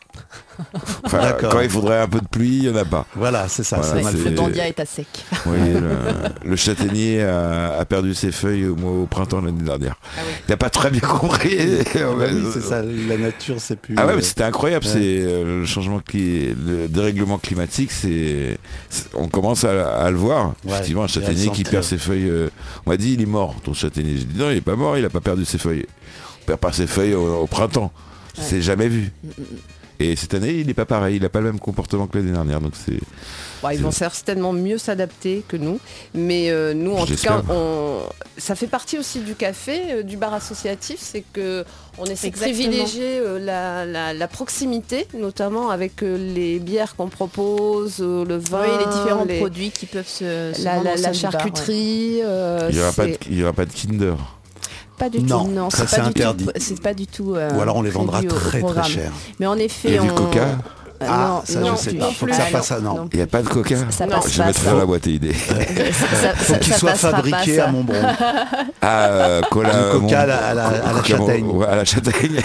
Enfin, D'accord. quand il faudrait un peu de pluie, il n'y en a pas. Voilà, c'est ça. Voilà, c'est mal c'est- fait. Le bandia est à sec. Vous voyez, [laughs] le, le châtaignier a, a perdu ses feuilles au, mois- au printemps de l'année dernière. Il n'a pas très bien compris. [laughs] Ah bah oui, [laughs] c'est ça, la nature, c'est plus. Ah ouais, mais euh, c'était incroyable, Ouais. c'est euh, le changement qui, le dérèglement climatique, c'est, c'est- on commence à, à le voir. Ouais, Effectivement, un et à le châtaignier qui sentir. perd ses feuilles. euh, on m'a dit, il est mort, ton châtaignier. J'ai dit non, il est pas mort, il a pas perdu ses feuilles. On perd pas ses feuilles au, au printemps. C'est jamais vu. Mm, Et cette année, il n'est pas pareil, il n'a pas le même comportement que l'année dernière. Donc c'est Bon, ils vont certainement mieux s'adapter que nous, mais euh, nous en tout J'espère. cas, on... ça fait partie aussi du café, euh, du bar associatif, c'est que on essaie de Exactement. privilégier euh, la, la- la proximité, notamment avec euh, les bières qu'on propose, euh, le vin, Oui, les différents produits qui peuvent se, se la, vendre la- au sein la du bar, ouais. charcuterie, euh, il n'y aura, pas de- c'est il y aura pas de Kinder. Pas du Non, tout. Non, ça, c'est pas du interdit. tout- C'est pas du tout. euh, Ou alors on les vendra prévu au très très programme. cher. Mais en Il y effet, a du on- coca Euh, Ah, non, ça, non, je sais tu- pas. non Faut plus. que ça Ah, passe à- non. [laughs] Il n'y a pas de coca Ça Non. passe Je vais pas, mettre ça. la boîte à idées. Ça- Faut ça- qu'il ça soit passera pas, fabriqué ça. à Montbron. [laughs] Ah, euh, cola, [laughs] Du coca à la- mon- à la- à la coca, mon- châtaigne. ouais, à la châtaigne.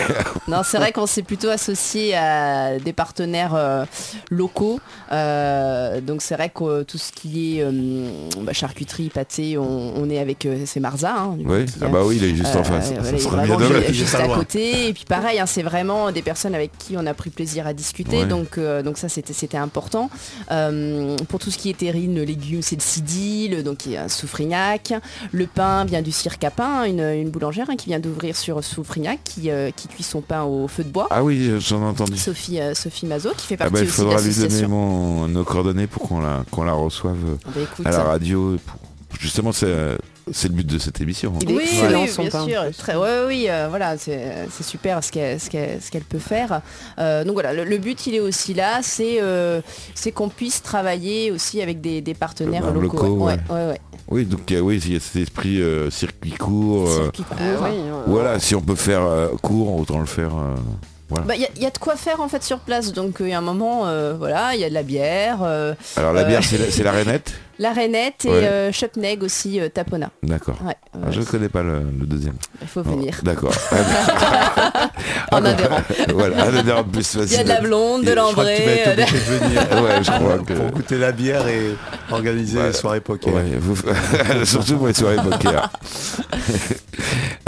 Non, c'est vrai qu'on s'est plutôt associé à des partenaires euh, locaux. Euh, donc c'est vrai que euh, tout ce qui est euh, bah, charcuterie, pâté, on, on est avec euh, c'est Marza. hein, du coup, Oui, qui, ah euh, bah oui, il est juste euh, en face. voilà, ça il est serait vraiment bien dommage. ju- Il est juste pas à loin. côté. Et puis pareil, hein, c'est vraiment des personnes avec qui on a pris plaisir à discuter. Ouais. Donc donc, euh, donc ça c'était c'était important. Euh, pour tout ce qui est terrine, le légume c'est le sidil, donc qui est à Soufrignac. Le pain vient du cirque à pain, une, une boulangère hein, qui vient d'ouvrir sur Soufrignac, qui, euh, qui cuit son pain au feu de bois. Ah oui, j'en ai entendu. Sophie, euh, Sophie Mazot qui fait Ah partie bah, il aussi de faudra lui donner l'association. mon- nos coordonnées pour qu'on la, qu'on la reçoive euh, Ah bah, écoute, à la radio. pour- justement, c'est euh, c'est le but de cette émission. Il est Oui, excellent, oui, son bien pain. sûr. Très, ouais, oui, euh, voilà, c'est c'est super ce qu'elle ce qu'elle- ce qu'elle peut faire. Euh, donc voilà, le, le but il est aussi là, c'est euh, c'est qu'on puisse travailler aussi avec des, des partenaires Euh, bah, locaux. locaux, ouais. ouais. Ouais, ouais, Oui, donc euh, oui, il y a cet esprit euh, circuit court. euh, Circuit court. Ah oui, voilà, si on peut faire euh, court, autant le faire. euh. Bah, il y, a- il y a de quoi faire en fait sur place. Donc euh, il y a un moment, euh, voilà, il y a de la bière, euh, Alors la Euh. bière, c'est la, c'est la rainette la rainette et Ouais. euh, Schöpneg aussi, euh, Tapona. [laughs] D'accord. Ouais, Ah, ouais, je Ah, ne connais pas le, le deuxième. il faut Non, venir. [laughs] D'accord. en adhérent. [laughs] voilà, un adhérent plus facile. Il y a de la blonde, de Je crois Tu vas l'ambrée. être euh, de- obligé de venir euh, Ouais, je crois que. pour goûter la bière et organiser Ouais. les soirées poker. Ouais, [laughs] vous- Surtout pour les soirées poker. [laughs]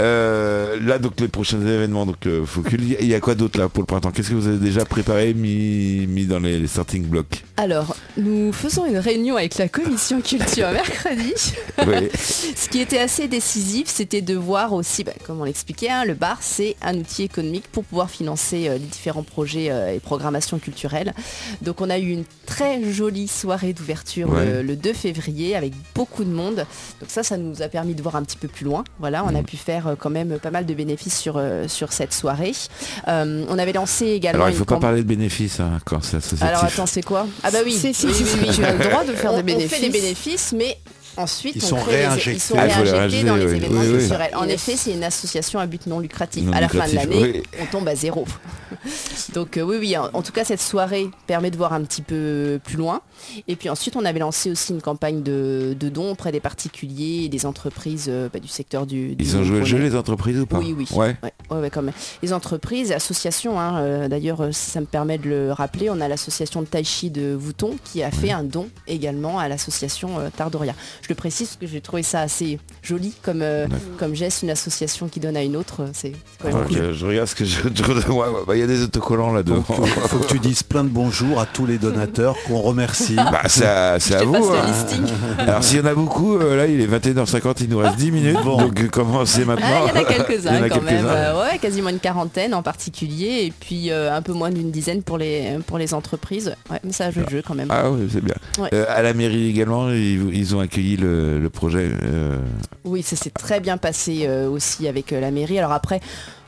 Euh, là, donc les prochains événements, donc euh, Focul, il y a- il y a quoi d'autre là pour le printemps Qu'est-ce que vous avez déjà préparé, mis, mis dans les, les starting [laughs] blocks Alors, nous faisons une réunion avec la commission culture mercredi. Oui. Ce qui était assez décisif, c'était de voir aussi, bah, comme on l'expliquait, hein, le bar, c'est un outil économique pour pouvoir financer euh, les différents projets euh, et programmations culturelles. Donc on a eu une très jolie soirée d'ouverture Ouais. le, le 2 février avec beaucoup de monde. Donc ça, ça nous a permis de voir un petit peu plus loin. Voilà, Mhm. on a pu faire euh, quand même pas mal de bénéfices sur, euh, sur cette soirée. Euh, on avait lancé également Alors, il une faut pas campagne- parler de bénéfices hein, quand c'est associatif. alors attends, c'est quoi Ah bah oui, Si, si, oui, si, oui, si, oui. tu as le droit de faire On- des Euh, On fait bénéfices. des bénéfices, mais ensuite Ils on sont crée les- réinjectés. ils sont Ah, il faut les réinjectés dans les réinjecter, oui. événements Oui, oui. culturels. En Yes. effet, c'est une association à but non lucratif. Non à la fin lucratif, de l'année, oui. on tombe à zéro. [laughs] Donc euh, oui, oui, en, en tout cas, cette soirée permet de voir un petit peu plus loin. Et puis ensuite, on avait lancé aussi une campagne de, de dons auprès des particuliers et des entreprises euh, bah, du secteur du... du Ils ont joué le jeu micro-ondes. les entreprises ou pas Oui, oui. Ouais. Ouais, ouais, ouais, quand même. Les entreprises, associations, hein, euh, d'ailleurs, euh, si ça me permet de le rappeler, on a l'association de Taichi de Vouton qui a fait un don également à l'association euh, Tardoria. Je le précise parce que j'ai trouvé ça assez joli comme, euh, D'accord. comme geste, une association qui donne à une autre, euh, c'est c'est quand même Attends, cool. je, je regarde ce que je [laughs] autour de moi. Ouais, bah, Il y a des autocollants là Donc, devant. il [laughs] faut que tu dises plein de bonjours à tous les donateurs qu'on remercie. [laughs] Bah, c'est à, c'est à Je te vous. passe le hein. listing. [laughs] Alors s'il y en a beaucoup, euh, là il est 21h50, il nous reste 10 minutes. Donc euh, commencez Ah, maintenant. il y en a Il y en quelques-uns a quand même, quelques-uns. Euh, ouais, quasiment une quarantaine en particulier, et puis euh, un peu moins d'une dizaine pour les, pour les entreprises. Ouais, mais ça a joué le jeu quand même. Ah oui, c'est bien. Ouais. Euh, à la mairie également, ils, ils ont accueilli le, le projet. euh, Oui, ça s'est très bien passé euh, aussi avec euh, la mairie. Alors après,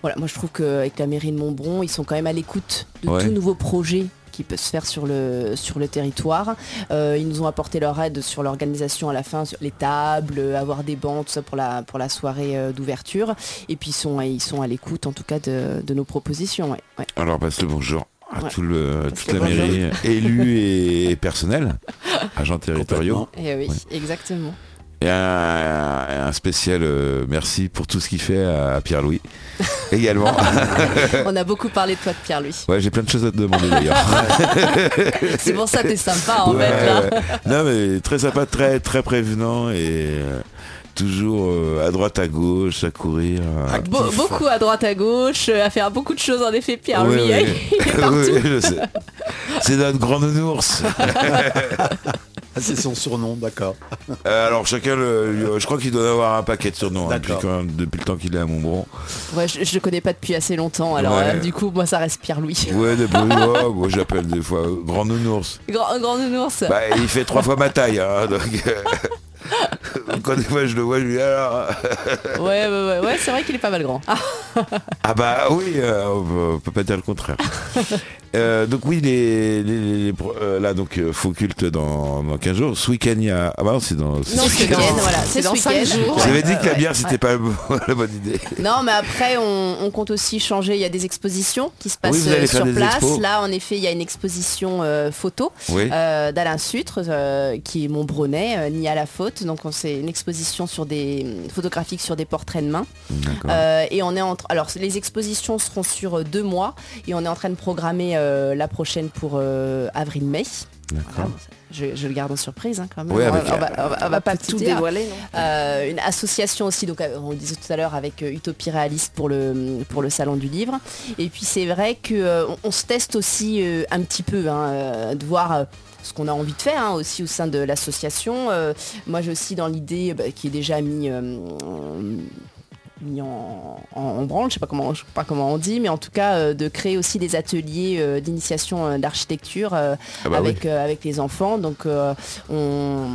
voilà, moi je trouve qu'avec la mairie de Montbron, ils sont quand même à l'écoute de Ouais. tout nouveau projet qui peut se faire sur le, sur le territoire. Euh, ils nous ont apporté leur aide sur l'organisation à la fin, sur les tables, euh, avoir des bancs, tout ça pour la, pour la soirée euh, d'ouverture. Et puis ils sont, ils sont à l'écoute en tout cas de, de nos propositions. ouais, ouais. Alors passe le bonjour à Ouais. tout le, Passe toute la le bonjour. mairie, [laughs] euh, élus et, et personnel, agents territoriaux. Eh oui, Ouais. exactement. Et un, un spécial euh, merci pour tout ce qu'il fait à Pierre-Louis [laughs] [laughs] également. Euh. On a beaucoup parlé de toi de Pierre, lui. ouais, j'ai plein de choses à te demander [laughs] d'ailleurs. C'est pour ça que t'es sympa [laughs] en fait. Ouais, là. ouais. Non mais très sympa, très très prévenant et euh, toujours euh, à droite à gauche à courir. à- Be- beaucoup à droite à gauche, euh, à faire beaucoup de choses en effet Pierre Oui, lui hein. oui. [laughs] il est partout. [laughs] Oui, je sais. C'est notre grand nounours. Ah, [laughs] c'est son surnom, d'accord. Euh, alors chacun, le- lui- euh, je crois qu'il doit avoir un paquet de surnoms hein, depuis, D'accord. quand même- depuis le temps qu'il est à Montbron. Ouais, je, je le connais pas depuis assez longtemps, alors Ouais. euh, du coup moi ça reste Pierre Louis. Ouais, des bruits, [laughs] oh, moi j'appelle des fois euh, grand nounours. Grand, grand nounours. Bah, il fait trois fois ma taille, hein, donc. euh, [laughs] Quand des fois je le vois, je lui dis alors. euh, Ouais, ouais, ouais, ouais, c'est vrai qu'il est pas mal grand. Ah, Ah bah oui, euh, on peut- on peut pas dire le [laughs] contraire. Euh, donc oui, les, les- les- les pro- euh, là donc euh, faux culte dans, dans 15 jours. Ce week-end il y a. Ah bah non, c'est dans. non, ce ce week-end. week-end, voilà, c'est C'est dans ce cinq week-end. jours. Vous avez dit que la Ouais, Euh, bière ouais. c'était pas [laughs] la bonne idée. Non, mais après, on, on compte aussi changer. Il y a des expositions qui se passent Oui, vous allez euh, faire sur des place. expos. Là, en effet, il y a une exposition euh, photo Oui. euh, d'Alain Sutre, euh, qui est mon Bronnet, euh, ni à la faute. Donc, on- c'est une exposition sur des euh, photographiques sur des portraits de main. D'accord. Euh, et on est en tra- alors les expositions seront sur euh, deux mois et on est en train de programmer euh, la prochaine pour euh, avril-mai. Ah, bon, ça- je, je le garde en surprise hein, quand même. Ouais, on, va- avec, on va, on va- on va pas tout dire. non Euh, une association aussi, donc euh, on le disait tout à l'heure avec euh, Utopie Réaliste pour le, pour le salon du livre. Et puis c'est vrai qu'on on se teste aussi euh, un petit peu, hein, euh, de voir euh, ce qu'on a envie de faire hein, aussi au sein de l'association. Euh, moi j'ai aussi dans l'idée bah, qui est déjà mis, euh, mis en, en- en branle, je sais pas comment je sais pas comment on dit, mais en tout cas euh, de créer aussi des ateliers euh, d'initiation euh, d'architecture euh, Ah bah oui. avec, euh, avec les enfants. Donc euh, on,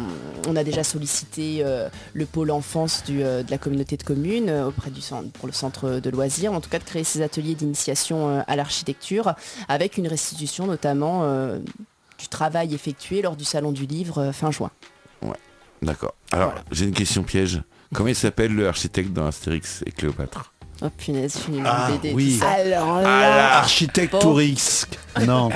on a déjà sollicité euh, le pôle enfance du, euh, de la communauté de communes euh, auprès du centre pour le centre de loisirs, en tout cas de créer ces ateliers d'initiation euh, à l'architecture avec une restitution notamment euh, du travail effectué lors du salon du livre euh, fin juin. D'accord. Alors, Voilà. j'ai une question piège. Comment il s'appelle le architecte dans Astérix et Cléopâtre Oh punaise, finalement, Ah, BD, tout oui. ça. Alors Ah euh, là. là, Architecte Bon. Tourix. Non.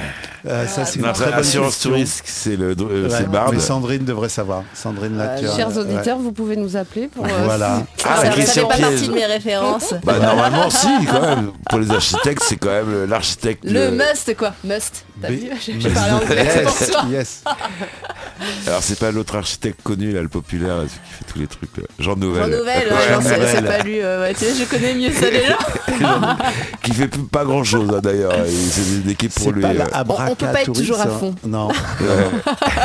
Euh, ça, c'est une Non, très c'est bonne Assurance question. Touriste, c'est le, euh, Ouais, c'est le barde. Mais Sandrine devrait savoir. Sandrine, là, Euh, tu as- chers ouais. auditeurs, vous pouvez nous appeler pour. euh, [laughs] Voilà. Ah, ça la ça question fait pas piège. partie de mes références. Bah, normalement, si, quand même. Pour les architectes, c'est quand même l'architecte. Le euh, must quoi, must. T'as B- vu J'ai j'ai parlé anglais, c'est pour Yes, ça. yes. Alors, c'est pas l'autre architecte connu, là, le populaire, là, celui qui fait tous les trucs. là. Jean Nouvel. En nouvelle, Ouais, non, c'est nouvelle. c'est pas lui. euh, ouais, tu sais, je connais mieux ça déjà. [laughs] Qui fait plus- pas grand chose, d'ailleurs. Il- C'est des équipes pour C'est lui. pas euh, la On- on peut pas être Abracatourix, toujours à hein. fond. Non. euh,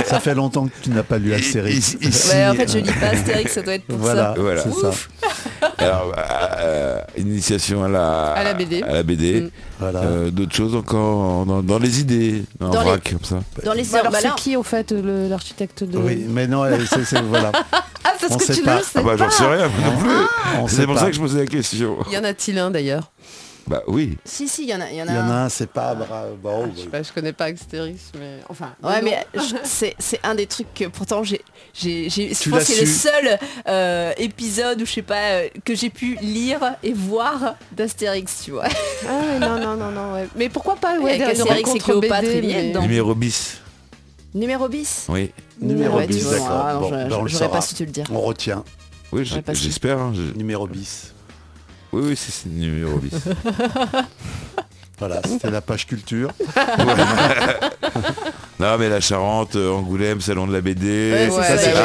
ça fait longtemps que tu n'as pas lu Astérix. Ici- ici, Ouais, en fait, je lis pas Astérix, ça doit être pour [laughs] euh, Voilà, ça. Voilà. c'est ça. Alors, euh, initiation à la, À la BD. à la BD. Mm. Voilà. Euh, D'autres choses encore dans, dans les idées, en Dans les- vrac, comme ça. Dans les Bon, alors bah c'est là- qui au fait le- l'architecte de Oui, mais non, euh, c'est, [laughs] c'est- voilà. Ah parce On que sait tu pas. ne le Ah sais bah j'en sais pas. rien moi non plus. Ah. On sait C'est pour pas. ça que je posais la question. Y en a-t-il un d'ailleurs Bah oui. Si, si, il y en a. il Y en a Il y en un. a un, c'est pas Bah, oh, bra- bon, Je sais pas, je connais pas Astérix, mais enfin. Ouais, le nom. mais je- c'est c'est un des trucs que pourtant j'ai. j'ai- j'ai- Je Tu pense l'as que c'est le su. seul euh, épisode où je sais pas euh, que j'ai pu lire et voir d'Astérix, tu vois. Ah ouais, non non non non. ouais. Mais pourquoi pas Avec ouais, derrière une Astérix et rencontre Cléopâtre, BD, il y a mais- dedans. Non. Numéro bis. Numéro bis Oui. Numéro Ouais, tu 10, vois, d'accord. ah non, Bon, je- ben, on le J'aurais saura. pas su te le dire. On retient. Oui, je- Ouais, parce que- j'espère. hein, je- Numéro 10. Oui, oui, c'est c'est numéro [laughs] bis. Voilà, c'était la page culture. non, mais la Charente, euh, Angoulême, Salon de la BD, Ouais, ouais, ouais, ouais, j'ai des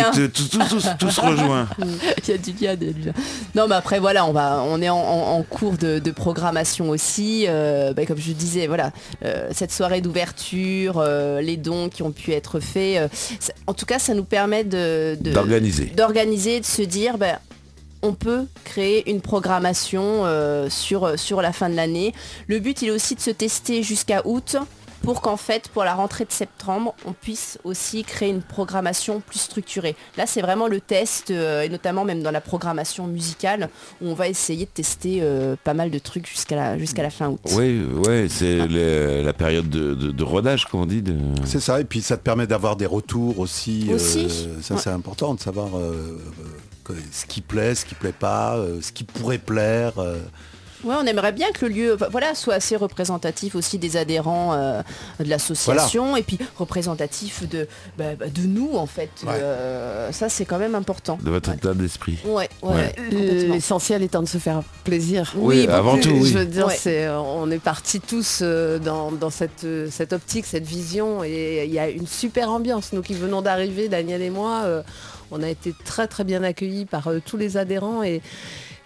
architecte, tout, tout, tout, tout se rejoint. Il y a du lien, il y a du lien. Non, mais après, voilà, on, va, on est en, en- en cours de, de programmation aussi. Euh, bah, comme je disais, voilà, euh, cette soirée d'ouverture, euh, les dons qui ont pu être faits, euh, ça- en tout cas, ça nous permet [laughs] de- de, D'organiser. d'organiser, de se dire, ben, on peut créer une programmation euh, sur, sur la fin de l'année. Le but, il est aussi de se tester jusqu'à août pour qu'en fait, pour la rentrée de septembre, on puisse aussi créer une programmation plus structurée. Là, c'est vraiment le test, euh, et notamment même dans la programmation musicale, où on va essayer de tester euh, pas mal de trucs jusqu'à la, jusqu'à la fin août. Oui, ouais, c'est le- la période de, de- de rodage, comme on dit. de- C'est ça, et puis ça te permet d'avoir des retours aussi. euh, Aussi. ça, c'est important de savoir euh, euh, que- ce qui plaît, ce qui plaît pas, euh, ce qui pourrait plaire. euh. Ouais, on aimerait bien que le lieu enfin, voilà, soit assez représentatif aussi des adhérents euh, de l'association et puis représentatif de, bah, bah, de nous en fait. Ouais. Euh, ça c'est quand même important. de votre Ouais. état d'esprit. Ouais, ouais, Ouais. Euh, complètement. L'essentiel étant de se faire plaisir. Oui, Oui, avant euh, tout, oui. Je veux dire, Ouais. c'est, euh, on est partis tous euh, dans, dans cette, euh, cette optique, cette vision, et il y a une super ambiance. Nous qui venons d'arriver, Daniel et moi, euh, on a été très très bien accueillis par euh, tous les adhérents, et,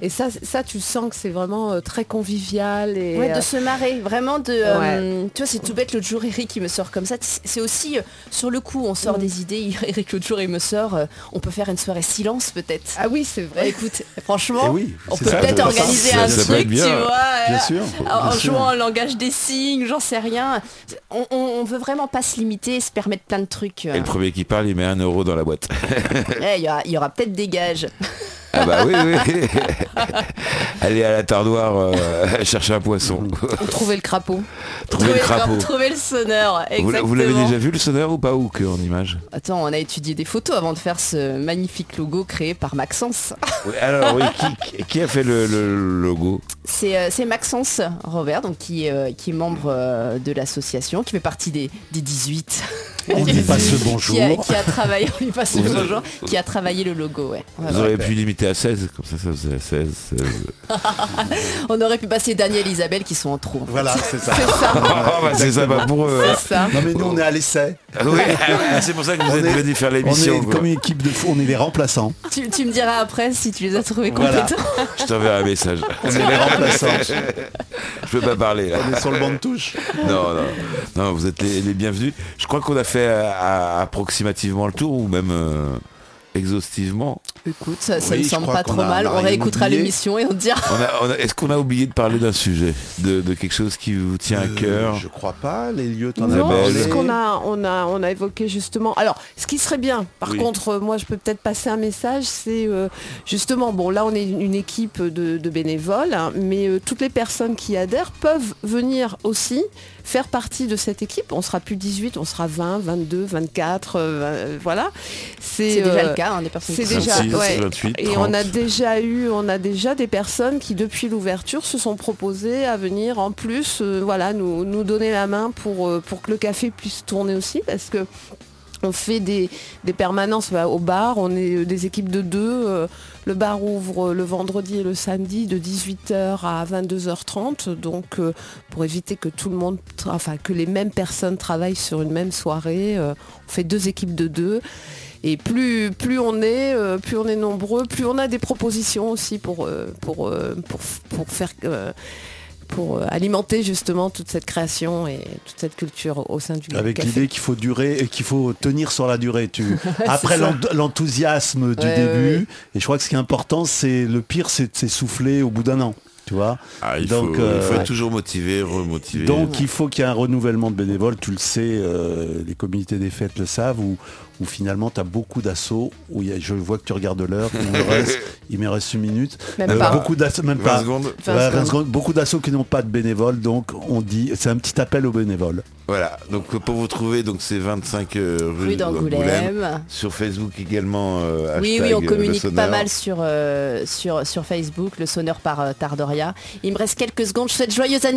et ça, ça, tu sens que c'est vraiment euh, très convivial. Et, Ouais, de euh, se marrer, vraiment de... euh, tu vois, c'est tout bête, l'autre jour, Eric, il me sort comme ça. C'est c'est aussi, euh, sur le coup, on sort Mm. des idées. [laughs] Eric, l'autre jour, il me sort, euh, on peut faire une soirée silence, peut-être. Ah oui, c'est Ouais, vrai. écoute, Eh franchement, oui, Oh, on c'est peut ça, peut-être c'est ça. organiser ça, un ça peut truc, être tu bien. vois. euh, Bien sûr. en, en bien sûr. jouant en langage des signes, j'en sais rien. On, on- on veut vraiment pas se limiter et se permettre plein de trucs. Et le premier qui parle, il met un euro dans la boîte. Ouais, Il y aura, il y aura peut-être des gages. Ah bah oui, [laughs] oui. Allez à la tardoire euh, [laughs] chercher un poisson. On trouvait le crapaud. Trouver le crapaud. trouver le sonneur. Vous Exactement. l'a- Vous l'avez déjà vu le sonneur ou pas ou que en image Attends, on a étudié des photos avant de faire ce magnifique logo créé par Maxence. Oui, Alors oui, qui, qui a fait le, le logo C'est euh, c'est Maxence Robert, donc, qui, est, euh, qui est membre euh, de l'association, qui fait partie des, des 18. On lui passe le bonjour. Qui a, qui a travaillé, on lui passe le Vous- bonjour, qui a travaillé le logo, ouais. Ouais, Vous ouais. auriez pu limiter à 16, comme ça, ça faisait 16. 16. On aurait pu passer Daniel et Isabelle qui sont en trou. Voilà, c'est ça. C'est ça, [laughs] Ah, bah, c'est ça, bah, pour eux. c'est ça. Non mais nous on est à l'essai. Oui, c'est pour ça que vous On êtes est- venus faire On est l'émission. quoi. comme une équipe de fou, on est les remplaçants. Tu, tu me diras après si tu les as trouvés Voilà. compétents. Je t'enverrai un message. On est les remplaçants. Je peux pas parler là. [laughs] On est sur le banc de touche. Non, non, non, vous êtes les, les bienvenus. Je crois qu'on a fait euh, à- approximativement le tour ou même euh, exhaustivement. Écoute, ça, ça Oui, me je semble crois pas qu'on trop a- mal. on a On rien réécoutera oublié. l'émission et on te dira. On a- on a- Est-ce qu'on a oublié de parler d'un sujet, de, de quelque chose qui vous tient à Euh, cœur Je crois pas, les lieux t'en as Isabelle. Non, Isabelle. parce qu'on a, on a, on a évoqué justement. Alors, ce qui serait bien, par Oui. contre, euh, moi, je peux peut-être passer un message, c'est euh, justement, bon, là, on est une une équipe de, de bénévoles, hein, mais euh, toutes les personnes qui y adhèrent peuvent venir aussi faire partie de cette équipe. On sera plus 18, on sera 20, 22, 24, euh, 20, euh, voilà. C'est déjà le euh, cas, hein, des personnes c'est qui- déjà- 26, ouais. 28, et on a 30. déjà eu, on a déjà des personnes qui depuis l'ouverture se sont proposées à venir en plus, euh, voilà, nous, nous donner la main pour, euh, pour que le café puisse tourner aussi parce que on fait des, des permanences bah, au bar, on est euh, des équipes de deux. euh, le bar ouvre euh, le vendredi et le samedi de 18h à 22h30. Donc euh, pour éviter que tout le monde, tra- enfin que les mêmes personnes travaillent sur une même soirée, euh, on fait deux équipes de deux. Et plus, plus on est, euh, plus on est nombreux, plus on a des propositions aussi pour, euh, pour, euh, pour, f- pour faire. euh, pour euh, alimenter justement toute cette création et toute cette culture au sein du Avec café. l'idée qu'il faut durer et qu'il faut tenir sur la durée. Tu... Après C'est ça. l'en- l'enthousiasme du Ouais, début, ouais, ouais. et je crois que ce qui est important, c'est le pire, c'est de s'essouffler au bout d'un an. Tu vois Ah, il, Donc, faut, euh, il faut être ouais. toujours motivé, remotivé. Donc il faut qu'il y ait un renouvellement de bénévoles, tu le sais, euh, les comités des fêtes le savent, où, où finalement tu as beaucoup d'assauts, où il y a- je vois que tu regardes l'heure, il me reste- il me reste une minute. Même Euh, pas. Beaucoup d'assauts, même 20 pas. secondes. Ouais, 20 20 secondes. secondes. Beaucoup d'assauts qui n'ont pas de bénévoles, donc on dit, c'est un petit appel aux bénévoles. Voilà. Donc pour vous trouver, donc c'est 25 euh, rue Rue d'Angoulême. d'Angoulême. Sur Facebook également. euh, Oui, hashtag, oui, on euh, communique le pas sonneur. mal sur, euh, sur, sur Facebook, le sonneur par euh, Tardoria. Il me reste quelques secondes, je vous souhaite joyeux anniversaire.